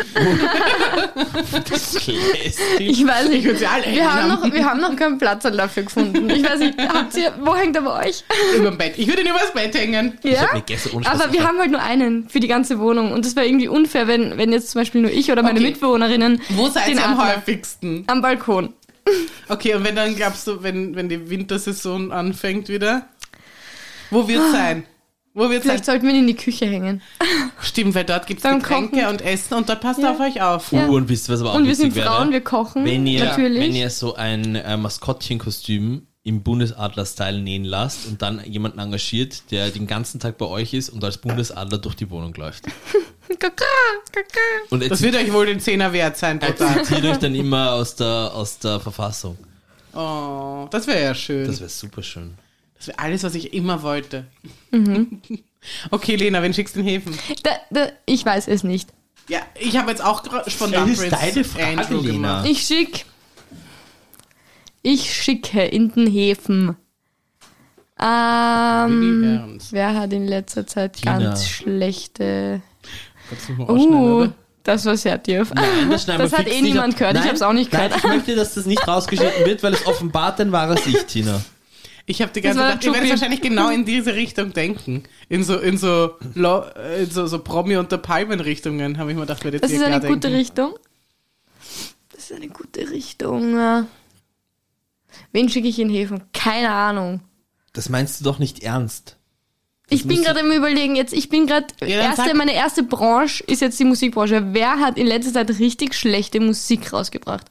[SPEAKER 2] Ich weiß nicht.
[SPEAKER 1] Ich würd sie alle
[SPEAKER 2] wir, haben
[SPEAKER 1] ändern.
[SPEAKER 2] noch, wir haben noch keinen Platz dafür gefunden. Ich weiß nicht, habt ihr, wo hängt er bei euch?
[SPEAKER 1] Überm Bett. Ich würde ihn übers Bett hängen.
[SPEAKER 2] Ja?
[SPEAKER 3] hab mir gestern ohne Spaß
[SPEAKER 2] Aber wir
[SPEAKER 3] gedacht.
[SPEAKER 2] haben halt nur einen für die ganze Wohnung. Und das wäre irgendwie unfair, wenn, wenn jetzt zum Beispiel nur ich oder meine
[SPEAKER 1] Okay.
[SPEAKER 2] Mitbewohnerinnen
[SPEAKER 1] Wo seid
[SPEAKER 2] den
[SPEAKER 1] ihr am
[SPEAKER 2] Adler-
[SPEAKER 1] häufigsten?
[SPEAKER 2] Am Balkon.
[SPEAKER 1] Okay, und wenn dann glaubst du, wenn, wenn die Wintersaison anfängt wieder, wo
[SPEAKER 2] Ah.
[SPEAKER 1] wird's sein? Wo wird's sein?
[SPEAKER 2] Vielleicht sollten wir ihn in die Küche hängen.
[SPEAKER 1] Stimmt, weil dort gibt's
[SPEAKER 2] Beim
[SPEAKER 1] Getränke
[SPEAKER 2] Kochen.
[SPEAKER 1] und Essen und dort passt
[SPEAKER 2] Ja.
[SPEAKER 1] auf euch auf.
[SPEAKER 2] Ja.
[SPEAKER 3] Uh, und wisst ihr, was aber auch
[SPEAKER 2] Und wir
[SPEAKER 3] witzig
[SPEAKER 2] sind Frauen,
[SPEAKER 3] wäre?
[SPEAKER 2] wir kochen.
[SPEAKER 3] wenn ihr,
[SPEAKER 2] natürlich.
[SPEAKER 3] wenn ihr so ein äh, Maskottchenkostüm im Bundesadler-Style nähen lasst und dann jemanden engagiert, der den ganzen Tag bei euch ist und als Bundesadler durch die Wohnung läuft.
[SPEAKER 2] Kaka, kaka.
[SPEAKER 3] Und
[SPEAKER 1] Das
[SPEAKER 3] jetzt
[SPEAKER 1] wird euch wohl den Zehner wert sein, pro Tag.
[SPEAKER 3] zitiert euch dann immer aus der, aus der Verfassung.
[SPEAKER 1] Oh, das wäre ja schön.
[SPEAKER 3] Das wäre super schön.
[SPEAKER 1] Das wäre alles, was ich immer wollte.
[SPEAKER 2] Mhm.
[SPEAKER 1] Okay, Lena, wen schickst du in Häfen?
[SPEAKER 2] Da, da, ich weiß es nicht.
[SPEAKER 1] Ja, ich habe jetzt auch gra- spontan
[SPEAKER 3] Das ist
[SPEAKER 1] Prince
[SPEAKER 3] deine Frage,
[SPEAKER 1] Andrew
[SPEAKER 3] Lena.
[SPEAKER 1] gemacht.
[SPEAKER 2] Ich schick. Ich schicke in den Häfen.
[SPEAKER 1] Die
[SPEAKER 2] Ähm,
[SPEAKER 1] Herren.
[SPEAKER 2] wer hat in letzter Zeit
[SPEAKER 3] Tina.
[SPEAKER 2] ganz schlechte.
[SPEAKER 1] Kannst du mal rausschneiden,
[SPEAKER 2] Oh,
[SPEAKER 1] oder?
[SPEAKER 2] das war sehr tief.
[SPEAKER 3] Nein, das, schneiden
[SPEAKER 2] Das
[SPEAKER 3] wir
[SPEAKER 2] hat
[SPEAKER 3] fix
[SPEAKER 2] eh
[SPEAKER 3] nicht
[SPEAKER 2] niemand
[SPEAKER 3] raus.
[SPEAKER 2] gehört. Ich
[SPEAKER 3] Nein,
[SPEAKER 2] hab's auch nicht
[SPEAKER 3] nein,
[SPEAKER 2] gehört.
[SPEAKER 3] Ich möchte, dass das nicht rausgeschnitten wird, weil es offenbart dein wahres Ich, Tina.
[SPEAKER 1] Ich habe die
[SPEAKER 2] Das
[SPEAKER 1] ganze
[SPEAKER 2] war
[SPEAKER 1] Zeit, ihr werdet
[SPEAKER 2] Juppie.
[SPEAKER 1] wahrscheinlich genau in diese Richtung denken. In so, in so, Lo äh, in so, so Promi- unter Palmen-Richtungen, habe ich mir gedacht, werdet
[SPEAKER 2] Das
[SPEAKER 1] ihr
[SPEAKER 2] ist eine
[SPEAKER 1] klar
[SPEAKER 2] gute
[SPEAKER 1] denken.
[SPEAKER 2] Richtung. Das ist eine gute Richtung. ja. Wen schicke ich in Häfen? Keine Ahnung.
[SPEAKER 3] Das meinst du doch nicht ernst.
[SPEAKER 2] Ich bin
[SPEAKER 3] musst
[SPEAKER 2] gerade im Überlegen jetzt. Ich bin gerade
[SPEAKER 1] dann
[SPEAKER 2] erste,
[SPEAKER 1] sag-
[SPEAKER 2] meine erste Branche ist jetzt die Musikbranche. Wer hat in letzter Zeit richtig schlechte Musik rausgebracht?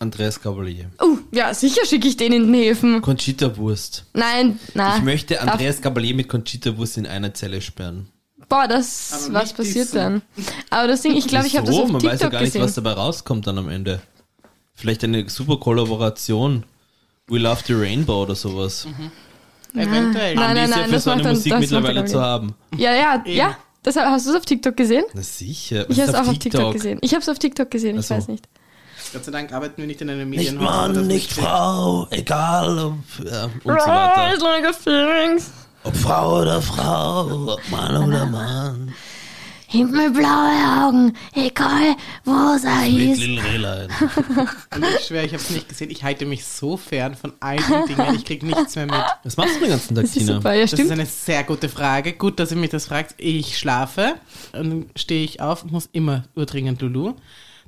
[SPEAKER 3] Andreas Gabalier.
[SPEAKER 2] Uh, ja, sicher schicke ich den in den Häfen.
[SPEAKER 3] Conchita Wurst.
[SPEAKER 2] Nein, na.
[SPEAKER 3] Ich möchte
[SPEAKER 2] darf-
[SPEAKER 3] Andreas Gabalier mit Conchita Wurst in einer Zelle sperren.
[SPEAKER 2] Boah, das
[SPEAKER 1] Aber
[SPEAKER 2] was
[SPEAKER 1] nicht
[SPEAKER 2] passiert
[SPEAKER 1] diesen.
[SPEAKER 2] dann? Aber das Ding, ich glaube, ich habe das
[SPEAKER 3] Wieso?
[SPEAKER 2] auf
[SPEAKER 3] Man weiß ja
[SPEAKER 2] TikTok
[SPEAKER 3] gar nicht,
[SPEAKER 2] gesehen.
[SPEAKER 3] was dabei rauskommt dann am Ende. Vielleicht eine super Kollaboration. We Love the Rainbow oder sowas.
[SPEAKER 1] Eventuell.
[SPEAKER 2] Nein, nein,
[SPEAKER 3] Andi ist ja
[SPEAKER 2] nein,
[SPEAKER 3] für
[SPEAKER 2] das
[SPEAKER 3] seine
[SPEAKER 2] macht dann-
[SPEAKER 3] Musik
[SPEAKER 2] das macht
[SPEAKER 3] mittlerweile
[SPEAKER 2] dann
[SPEAKER 3] zu haben.
[SPEAKER 2] Ja, ja, ja. Das hast du es auf TikTok gesehen?
[SPEAKER 3] Na sicher.
[SPEAKER 2] Ich
[SPEAKER 3] Was
[SPEAKER 2] habe es
[SPEAKER 3] ist
[SPEAKER 2] auch auf TikTok gesehen. Ich habe es auf TikTok gesehen. Ich
[SPEAKER 3] Ach so.
[SPEAKER 2] weiß nicht.
[SPEAKER 1] Gott sei Dank arbeiten wir nicht in einem
[SPEAKER 3] Nicht
[SPEAKER 1] Medienhaus. wo
[SPEAKER 3] Mann,
[SPEAKER 1] das
[SPEAKER 3] nicht
[SPEAKER 1] steht.
[SPEAKER 3] Frau, egal ob, ja, und so
[SPEAKER 2] Rise
[SPEAKER 3] weiter.
[SPEAKER 2] like a phoenix.
[SPEAKER 3] Ob Frau oder Frau, ob Mann oder Mann.
[SPEAKER 4] Himmelblaue Augen, egal wo sei
[SPEAKER 3] Mit
[SPEAKER 4] ist.
[SPEAKER 3] Lil Rehlein.
[SPEAKER 1] Und ich schwöre, ich habe es nicht gesehen. Ich halte mich so fern von all den Dingen. Ich kriege nichts mehr mit.
[SPEAKER 3] Was machst du den ganzen Tag,
[SPEAKER 2] Das ist
[SPEAKER 3] Tina?
[SPEAKER 2] super. Ja,
[SPEAKER 1] Das ist
[SPEAKER 2] stimmt.
[SPEAKER 1] eine sehr gute Frage. Gut, dass ihr mich das fragt. Ich schlafe und dann stehe ich auf und muss immer urdringend Lulu.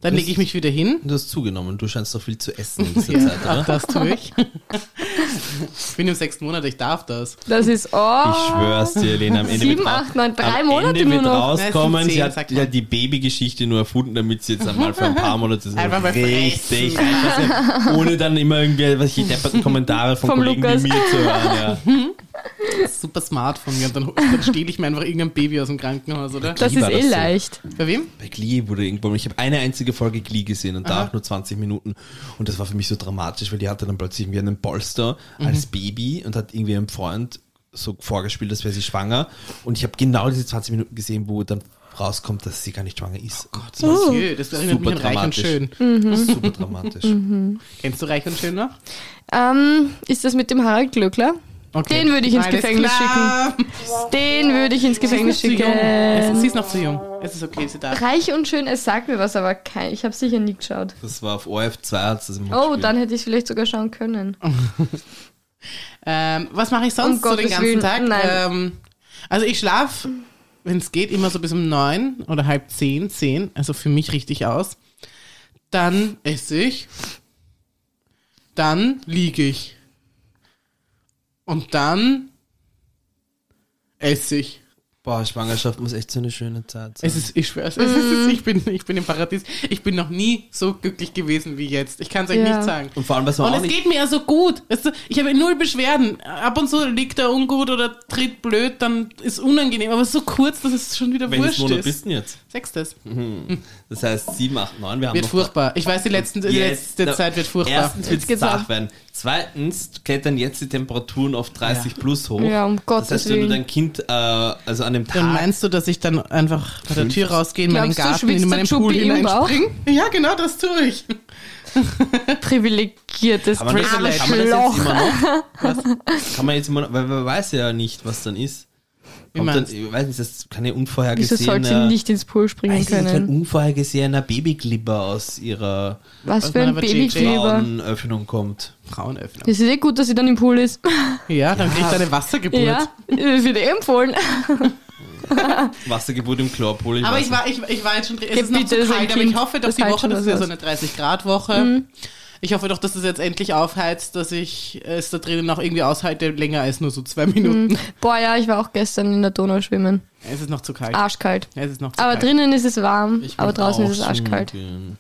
[SPEAKER 1] Dann lege ich mich wieder hin.
[SPEAKER 3] Du hast zugenommen, du scheinst doch viel zu essen in dieser Zeit,
[SPEAKER 1] Auch
[SPEAKER 3] oder?
[SPEAKER 1] das tue ich. Ich bin im sechsten Monat, ich darf das.
[SPEAKER 2] Das ist, oh.
[SPEAKER 3] Ich schwör's dir, Elena, am Ende
[SPEAKER 2] Sieben,
[SPEAKER 3] wird
[SPEAKER 2] acht, neun, drei
[SPEAKER 3] am
[SPEAKER 2] Monate
[SPEAKER 3] Ende
[SPEAKER 2] nur
[SPEAKER 3] wird
[SPEAKER 2] noch.
[SPEAKER 1] Nein, es
[SPEAKER 3] rauskommen,
[SPEAKER 1] sind
[SPEAKER 3] sie
[SPEAKER 1] zehn,
[SPEAKER 3] hat
[SPEAKER 1] sag
[SPEAKER 3] ja
[SPEAKER 1] mal.
[SPEAKER 3] die Babygeschichte nur erfunden, damit sie jetzt einmal für ein paar Monate so
[SPEAKER 1] Einfach mal
[SPEAKER 3] richtig
[SPEAKER 1] fressen.
[SPEAKER 3] einfach so, ohne dann immer irgendwie was ich depperten Kommentare von
[SPEAKER 2] Vom
[SPEAKER 3] Kollegen
[SPEAKER 2] Lukas.
[SPEAKER 3] wie mir zu hören. Ja.
[SPEAKER 1] Das ist super smart von mir. Und dann, dann stehle ich mir einfach irgendein Baby aus dem Krankenhaus, oder?
[SPEAKER 2] das
[SPEAKER 3] Wie
[SPEAKER 2] ist
[SPEAKER 3] war
[SPEAKER 2] eh
[SPEAKER 3] das so?
[SPEAKER 2] leicht.
[SPEAKER 1] Bei wem?
[SPEAKER 3] Bei Glee wurde irgendwann, ich habe eine einzige Folge Glee gesehen und da auch nur 20 Minuten und das war für mich so dramatisch, weil die hatte dann plötzlich irgendwie einen Polster
[SPEAKER 1] Mhm.
[SPEAKER 3] als Baby und hat irgendwie einem Freund so vorgespielt, als wäre sie schwanger und ich habe genau diese 20 Minuten gesehen, wo dann rauskommt, dass sie gar nicht schwanger ist. Oh Gott,
[SPEAKER 1] Monsieur, das erinnert mich an Reich und Schön.
[SPEAKER 3] Super dramatisch.
[SPEAKER 1] Mhm. Kennst du Reich und Schön noch?
[SPEAKER 2] Ähm, ist das mit dem Harald Glöckler?
[SPEAKER 1] Okay.
[SPEAKER 2] Den würde ich ins
[SPEAKER 1] Alles
[SPEAKER 2] Gefängnis
[SPEAKER 1] klar.
[SPEAKER 2] Den würde ich ins
[SPEAKER 1] Sie ist noch
[SPEAKER 2] Gefängnis
[SPEAKER 1] zu jung. Es, sie
[SPEAKER 2] schicken.
[SPEAKER 1] ist noch zu jung. Es ist okay, sie darf.
[SPEAKER 2] Reich und schön, es sagt mir was, aber kein, ich habe sicher nie geschaut.
[SPEAKER 3] Das war auf ORF 2 hat's das immer
[SPEAKER 2] Oh,
[SPEAKER 3] gespielt.
[SPEAKER 2] dann hätte ich vielleicht sogar schauen können.
[SPEAKER 1] Ähm, was mache ich sonst
[SPEAKER 2] Um
[SPEAKER 1] so den
[SPEAKER 2] Gottes
[SPEAKER 1] ganzen
[SPEAKER 2] Willen,
[SPEAKER 1] Tag?
[SPEAKER 2] nein.
[SPEAKER 1] Ähm, also ich schlafe, wenn es geht, immer so bis um neun oder halb zehn, zehn. Also für mich richtig aus. Dann esse ich. Dann liege ich. Und dann esse ich.
[SPEAKER 3] Boah, Schwangerschaft muss echt so eine schöne Zeit sein.
[SPEAKER 1] Es ist, ich schwör's, es
[SPEAKER 2] Mhm.
[SPEAKER 1] ist, ich bin, ich bin im Paradies. Ich bin noch nie so glücklich gewesen wie jetzt. Ich kann es euch
[SPEAKER 2] Ja.
[SPEAKER 1] nicht sagen.
[SPEAKER 3] und vor allem, was man
[SPEAKER 1] Und
[SPEAKER 3] auch
[SPEAKER 1] es
[SPEAKER 3] nicht...
[SPEAKER 1] geht mir ja so gut. Weißt du, ich habe null Beschwerden. Ab und zu liegt er ungut oder tritt blöd, dann ist unangenehm. Aber so kurz, dass es schon wieder
[SPEAKER 3] Welches
[SPEAKER 1] wurscht
[SPEAKER 3] Monat
[SPEAKER 1] ist.
[SPEAKER 3] bist du denn jetzt?
[SPEAKER 1] Sechstes.
[SPEAKER 3] Das heißt 7, 8, 9, wir haben
[SPEAKER 1] Wird
[SPEAKER 3] noch
[SPEAKER 1] furchtbar. Ich weiß, die, letzten, die
[SPEAKER 3] Jetzt-
[SPEAKER 1] letzte
[SPEAKER 3] na,
[SPEAKER 1] Zeit wird furchtbar.
[SPEAKER 3] Erstens wird es
[SPEAKER 2] geht's ab.
[SPEAKER 3] zart werden. Zweitens klettern jetzt die Temperaturen auf 30 plus hoch.
[SPEAKER 2] Ja, um Gottes
[SPEAKER 3] Das heißt, wenn du
[SPEAKER 2] Willen.
[SPEAKER 3] dein Kind, äh, also an dem Tag,
[SPEAKER 1] Dann meinst du, dass ich dann einfach bei der Tür rausgehe, in meinen
[SPEAKER 2] Glaubst du,
[SPEAKER 1] Garten,
[SPEAKER 2] schwitzt
[SPEAKER 1] in
[SPEAKER 2] der
[SPEAKER 1] meinen Pool
[SPEAKER 2] Schuppi im Bauch?
[SPEAKER 1] hineinspringen? Ja, genau, das tue ich.
[SPEAKER 2] Privilegiertes
[SPEAKER 3] kann man, das, kann man das jetzt
[SPEAKER 2] Privilegloch.
[SPEAKER 3] immer noch? Was? Kann man jetzt immer noch, weil man weiß ja nicht, was dann ist.
[SPEAKER 1] Wie
[SPEAKER 3] Ob dann,
[SPEAKER 1] meinst
[SPEAKER 3] ich weiß nicht, das kann ja
[SPEAKER 2] Wieso sollte sie
[SPEAKER 3] unvorhergesehener,
[SPEAKER 2] nicht ins Pool springen
[SPEAKER 3] äh, weiß ich nicht, ein
[SPEAKER 2] können?
[SPEAKER 3] unvorhergesehener Babyglibber aus ihrer
[SPEAKER 2] Was
[SPEAKER 1] Was
[SPEAKER 2] für
[SPEAKER 1] man
[SPEAKER 2] ein
[SPEAKER 1] aber JJ
[SPEAKER 2] Babykleber.
[SPEAKER 3] Öffnung kommt.
[SPEAKER 1] Frauenöffnung.
[SPEAKER 2] Es ist eh gut, dass sie dann im Pool ist.
[SPEAKER 1] Ja, dann kriegst du eine Wassergeburt.
[SPEAKER 2] Ja, das wird eh empfohlen.
[SPEAKER 3] Wassergeburt im Chlorpool.
[SPEAKER 1] Aber
[SPEAKER 3] weiß
[SPEAKER 1] ich
[SPEAKER 3] nicht.
[SPEAKER 1] war, ich, ich war jetzt schon, es ist
[SPEAKER 2] Gib
[SPEAKER 1] noch zu
[SPEAKER 2] bitte so ein
[SPEAKER 1] kalt, aber ich
[SPEAKER 2] Kind.
[SPEAKER 1] hoffe doch
[SPEAKER 2] Das
[SPEAKER 1] die
[SPEAKER 2] heilt
[SPEAKER 1] Woche,
[SPEAKER 2] schon Mhm.
[SPEAKER 1] das ist ja
[SPEAKER 2] was
[SPEAKER 1] so eine 30-Grad-Woche. Ich hoffe doch, dass das jetzt endlich aufheizt, dass ich äh, es da drinnen noch irgendwie aushalte, länger als nur so
[SPEAKER 2] Mhm.
[SPEAKER 1] zwei Minuten.
[SPEAKER 2] Boah, ja, ich war auch gestern in der Donau schwimmen.
[SPEAKER 1] Es ist noch zu kalt.
[SPEAKER 2] Arschkalt.
[SPEAKER 1] Es ist noch zu
[SPEAKER 2] Ah. Aber
[SPEAKER 1] kalt.
[SPEAKER 2] drinnen ist es warm,
[SPEAKER 3] Ich
[SPEAKER 2] aber
[SPEAKER 3] möchte
[SPEAKER 2] draußen
[SPEAKER 3] auch
[SPEAKER 2] ist es arschkalt.
[SPEAKER 3] schwimmen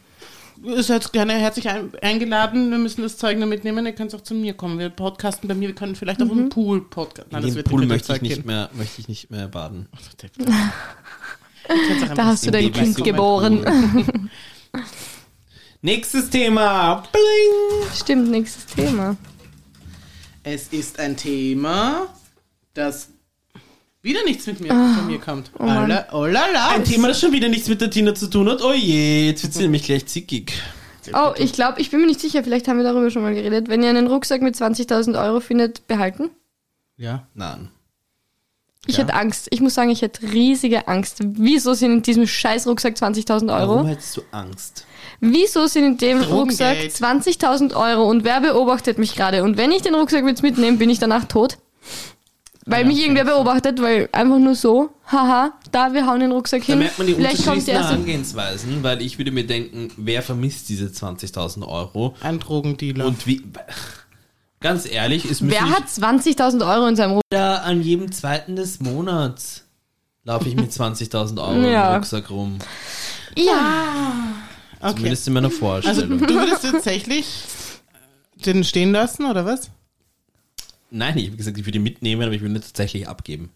[SPEAKER 1] Ihr seid gerne herzlich ein, eingeladen. Wir müssen das Zeug nur mitnehmen. Ihr könnt auch zu mir kommen. Wir podcasten bei mir. Wir können vielleicht auf
[SPEAKER 2] Mhm.
[SPEAKER 1] einen Pool podcasten.
[SPEAKER 3] gehen.
[SPEAKER 1] Nein,
[SPEAKER 3] In
[SPEAKER 1] das
[SPEAKER 3] dem
[SPEAKER 1] wird
[SPEAKER 3] Pool
[SPEAKER 1] mit dem
[SPEAKER 3] möchte ich,
[SPEAKER 1] Zeug
[SPEAKER 3] nicht
[SPEAKER 1] gehen.
[SPEAKER 3] mehr, möchte ich nicht mehr baden.
[SPEAKER 1] Ihr könnt's auch
[SPEAKER 2] Da
[SPEAKER 1] einfach
[SPEAKER 2] hast du
[SPEAKER 1] sehen.
[SPEAKER 2] dein
[SPEAKER 3] Baby
[SPEAKER 2] Kind
[SPEAKER 3] so
[SPEAKER 2] geboren.
[SPEAKER 3] Nächstes Thema. Bling.
[SPEAKER 2] Stimmt, nächstes Thema.
[SPEAKER 1] Es ist ein Thema, das wieder nichts mit mir von mir kommt. Oh,
[SPEAKER 2] Mann.
[SPEAKER 1] la, oh la la.
[SPEAKER 3] Ah, Ein Thema, das schon wieder nichts mit der Tina zu tun hat. Oh je, jetzt wird
[SPEAKER 2] Hm.
[SPEAKER 3] sie nämlich gleich zickig.
[SPEAKER 2] Oh, ich glaube, ich bin mir nicht sicher, vielleicht haben wir darüber schon mal geredet. Wenn ihr einen Rucksack mit 20.000 Euro findet, behalten.
[SPEAKER 1] Ja.
[SPEAKER 3] Nein.
[SPEAKER 2] Ich
[SPEAKER 1] Ja.
[SPEAKER 2] hätte Angst. Ich muss sagen, ich hätte riesige Angst. Wieso sind in diesem scheiß Rucksack 20.000 Euro?
[SPEAKER 3] Warum hättest du Angst?
[SPEAKER 2] Wieso sind in dem Rucksack
[SPEAKER 1] Drogengeld.
[SPEAKER 2] 20.000 Euro und wer beobachtet mich gerade? Und wenn ich den Rucksack jetzt mitnehme, bin ich danach tot? Weil mich irgendwer beobachtet, weil einfach nur so, haha, da, wir hauen den Rucksack
[SPEAKER 3] Da
[SPEAKER 2] hin.
[SPEAKER 3] merkt man die
[SPEAKER 2] Vielleicht kommt der
[SPEAKER 3] unterschiedlichsten
[SPEAKER 2] erste.
[SPEAKER 3] Angehensweisen, weil ich würde mir denken, wer vermisst diese 20.000 Euro?
[SPEAKER 1] Ein Drogendealer.
[SPEAKER 3] Und wie... Ganz ehrlich, es müsste
[SPEAKER 2] Wer
[SPEAKER 3] nicht
[SPEAKER 2] hat 20.000 Euro in seinem Rucksack?
[SPEAKER 3] jeder an jedem zweiten des Monats laufe ich mit 20.000 Euro
[SPEAKER 2] Ja.
[SPEAKER 3] im Rucksack rum. Ah.
[SPEAKER 2] Ja,
[SPEAKER 1] okay.
[SPEAKER 3] Zumindest in meiner
[SPEAKER 1] Also
[SPEAKER 3] Vorstellung.
[SPEAKER 1] du würdest tatsächlich äh, den stehen lassen, oder was?
[SPEAKER 3] Nein, ich habe gesagt, ich würde ihn mitnehmen, aber ich würde ihn tatsächlich abgeben.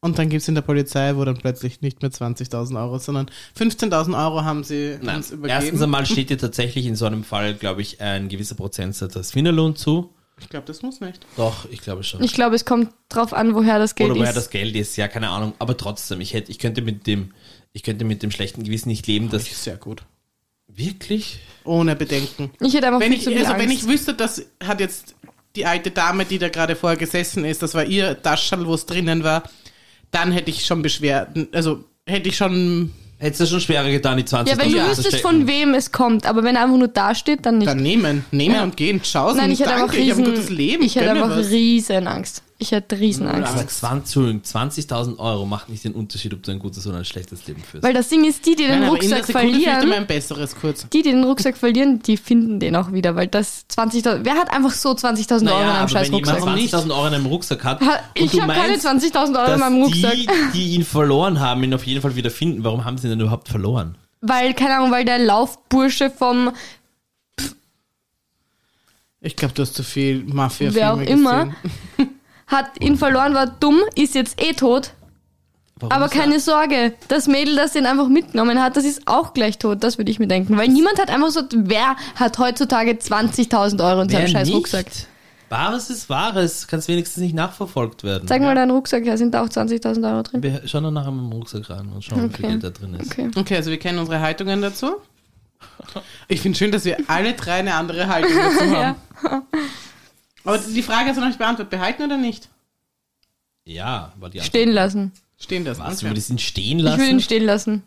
[SPEAKER 1] Und dann gibt es in der Polizei, wo dann plötzlich nicht mehr 20.000 Euro, sondern 15.000 Euro haben sie
[SPEAKER 3] Nein.
[SPEAKER 1] uns
[SPEAKER 3] Erstens
[SPEAKER 1] übergeben.
[SPEAKER 3] einmal steht dir tatsächlich in so einem Fall, glaube ich, ein gewisser Prozentsatz als Finderlohn zu.
[SPEAKER 1] Ich glaube, das muss nicht.
[SPEAKER 3] Doch, ich glaube schon.
[SPEAKER 2] ich glaube, es kommt drauf an, woher das Geld
[SPEAKER 3] Oder woher
[SPEAKER 2] ist.
[SPEAKER 3] das Geld ist, ja, keine Ahnung. Aber trotzdem, ich hätte, ich könnte mit dem, ich könnte mit dem schlechten Gewissen nicht leben, dass
[SPEAKER 1] Sehr gut.
[SPEAKER 3] wirklich.
[SPEAKER 1] Ohne Bedenken.
[SPEAKER 2] ich hätte einfach
[SPEAKER 1] Wenn
[SPEAKER 2] viel
[SPEAKER 1] ich,
[SPEAKER 2] zu viel
[SPEAKER 1] also
[SPEAKER 2] Angst.
[SPEAKER 1] wenn ich wüsste, das hat jetzt die alte Dame, die da gerade vorher gesessen ist, das war ihr Taschel, wo es drinnen war, dann hätte ich schon Beschwerden, also hätte ich schon,
[SPEAKER 3] Hättest du schon schwerer getan, die 20
[SPEAKER 2] ja, wenn du wüsstest, von wem es kommt, aber wenn er einfach nur da steht, dann nicht.
[SPEAKER 1] dann nehmen, nehmen und gehen, schauen,
[SPEAKER 2] Nein, ich hätte
[SPEAKER 1] danke,
[SPEAKER 2] einfach riesen,
[SPEAKER 1] ich habe ein gutes Leben,
[SPEAKER 2] ich hätte
[SPEAKER 1] gönne
[SPEAKER 2] einfach
[SPEAKER 1] was.
[SPEAKER 2] riesen Angst. Ich Ich hätte Riesenangst.
[SPEAKER 3] Aber 20 20.000 Euro macht nicht den Unterschied, ob du ein gutes oder ein schlechtes Leben führst.
[SPEAKER 2] Weil das Ding ist, die, die den
[SPEAKER 1] Nein, aber in der
[SPEAKER 2] Rucksack
[SPEAKER 1] Sekunde fehlt immer
[SPEAKER 2] verlieren,
[SPEAKER 1] ein besseres kurz.
[SPEAKER 2] die, die den Rucksack verlieren, die finden den auch wieder, weil das 20.000, wer hat einfach so 20.000 Euro in einem scheiß
[SPEAKER 3] wenn jemand
[SPEAKER 2] Rucksack?
[SPEAKER 1] Rucksack.
[SPEAKER 3] 20.000 Euro in einem Rucksack hat
[SPEAKER 2] Ha,
[SPEAKER 3] und
[SPEAKER 2] Ich
[SPEAKER 3] du
[SPEAKER 2] habe keine
[SPEAKER 3] meinst,
[SPEAKER 2] 20.000 Euro in
[SPEAKER 3] dass
[SPEAKER 2] meinem Rucksack.
[SPEAKER 3] die, die ihn verloren haben, ihn auf jeden Fall wieder finden. Warum haben sie ihn denn überhaupt verloren?
[SPEAKER 2] Weil, keine Ahnung, weil der Laufbursche vom,
[SPEAKER 1] Ich glaube, du hast zu viel mafia
[SPEAKER 2] wer auch immer, hat ihn verloren, war dumm, ist jetzt eh tot.
[SPEAKER 3] Warum
[SPEAKER 2] Aber
[SPEAKER 3] ist er-
[SPEAKER 2] keine Sorge, das Mädel, das den einfach mitgenommen hat, das ist auch gleich tot, das würde ich mir denken. Weil niemand hat einfach so, wer hat heutzutage 20.000 Euro in
[SPEAKER 3] Wer
[SPEAKER 2] seinem scheiß
[SPEAKER 3] nicht?
[SPEAKER 2] Rucksack?
[SPEAKER 3] Wahres ist Wahres, kann es wenigstens nicht nachverfolgt werden.
[SPEAKER 2] Sag mal deinen Rucksack, da sind auch 20.000 Euro drin.
[SPEAKER 3] Wir schauen dann nachher mal im Rucksack rein und schauen, wie viel
[SPEAKER 2] Okay.
[SPEAKER 3] Geld da drin ist.
[SPEAKER 2] Okay.
[SPEAKER 1] Okay, also wir kennen unsere Haltungen dazu. Ich finde schön, dass wir alle drei eine andere Haltung dazu haben. Aber die Frage hast du noch nicht beantwortet. Behalten oder nicht?
[SPEAKER 3] Ja, war die Antwort.
[SPEAKER 2] Stehen lassen.
[SPEAKER 1] Stehen das?
[SPEAKER 3] Was, du
[SPEAKER 1] Okay.
[SPEAKER 3] würdest ihn stehen
[SPEAKER 2] Ich
[SPEAKER 3] lassen?
[SPEAKER 2] würde ihn stehen lassen.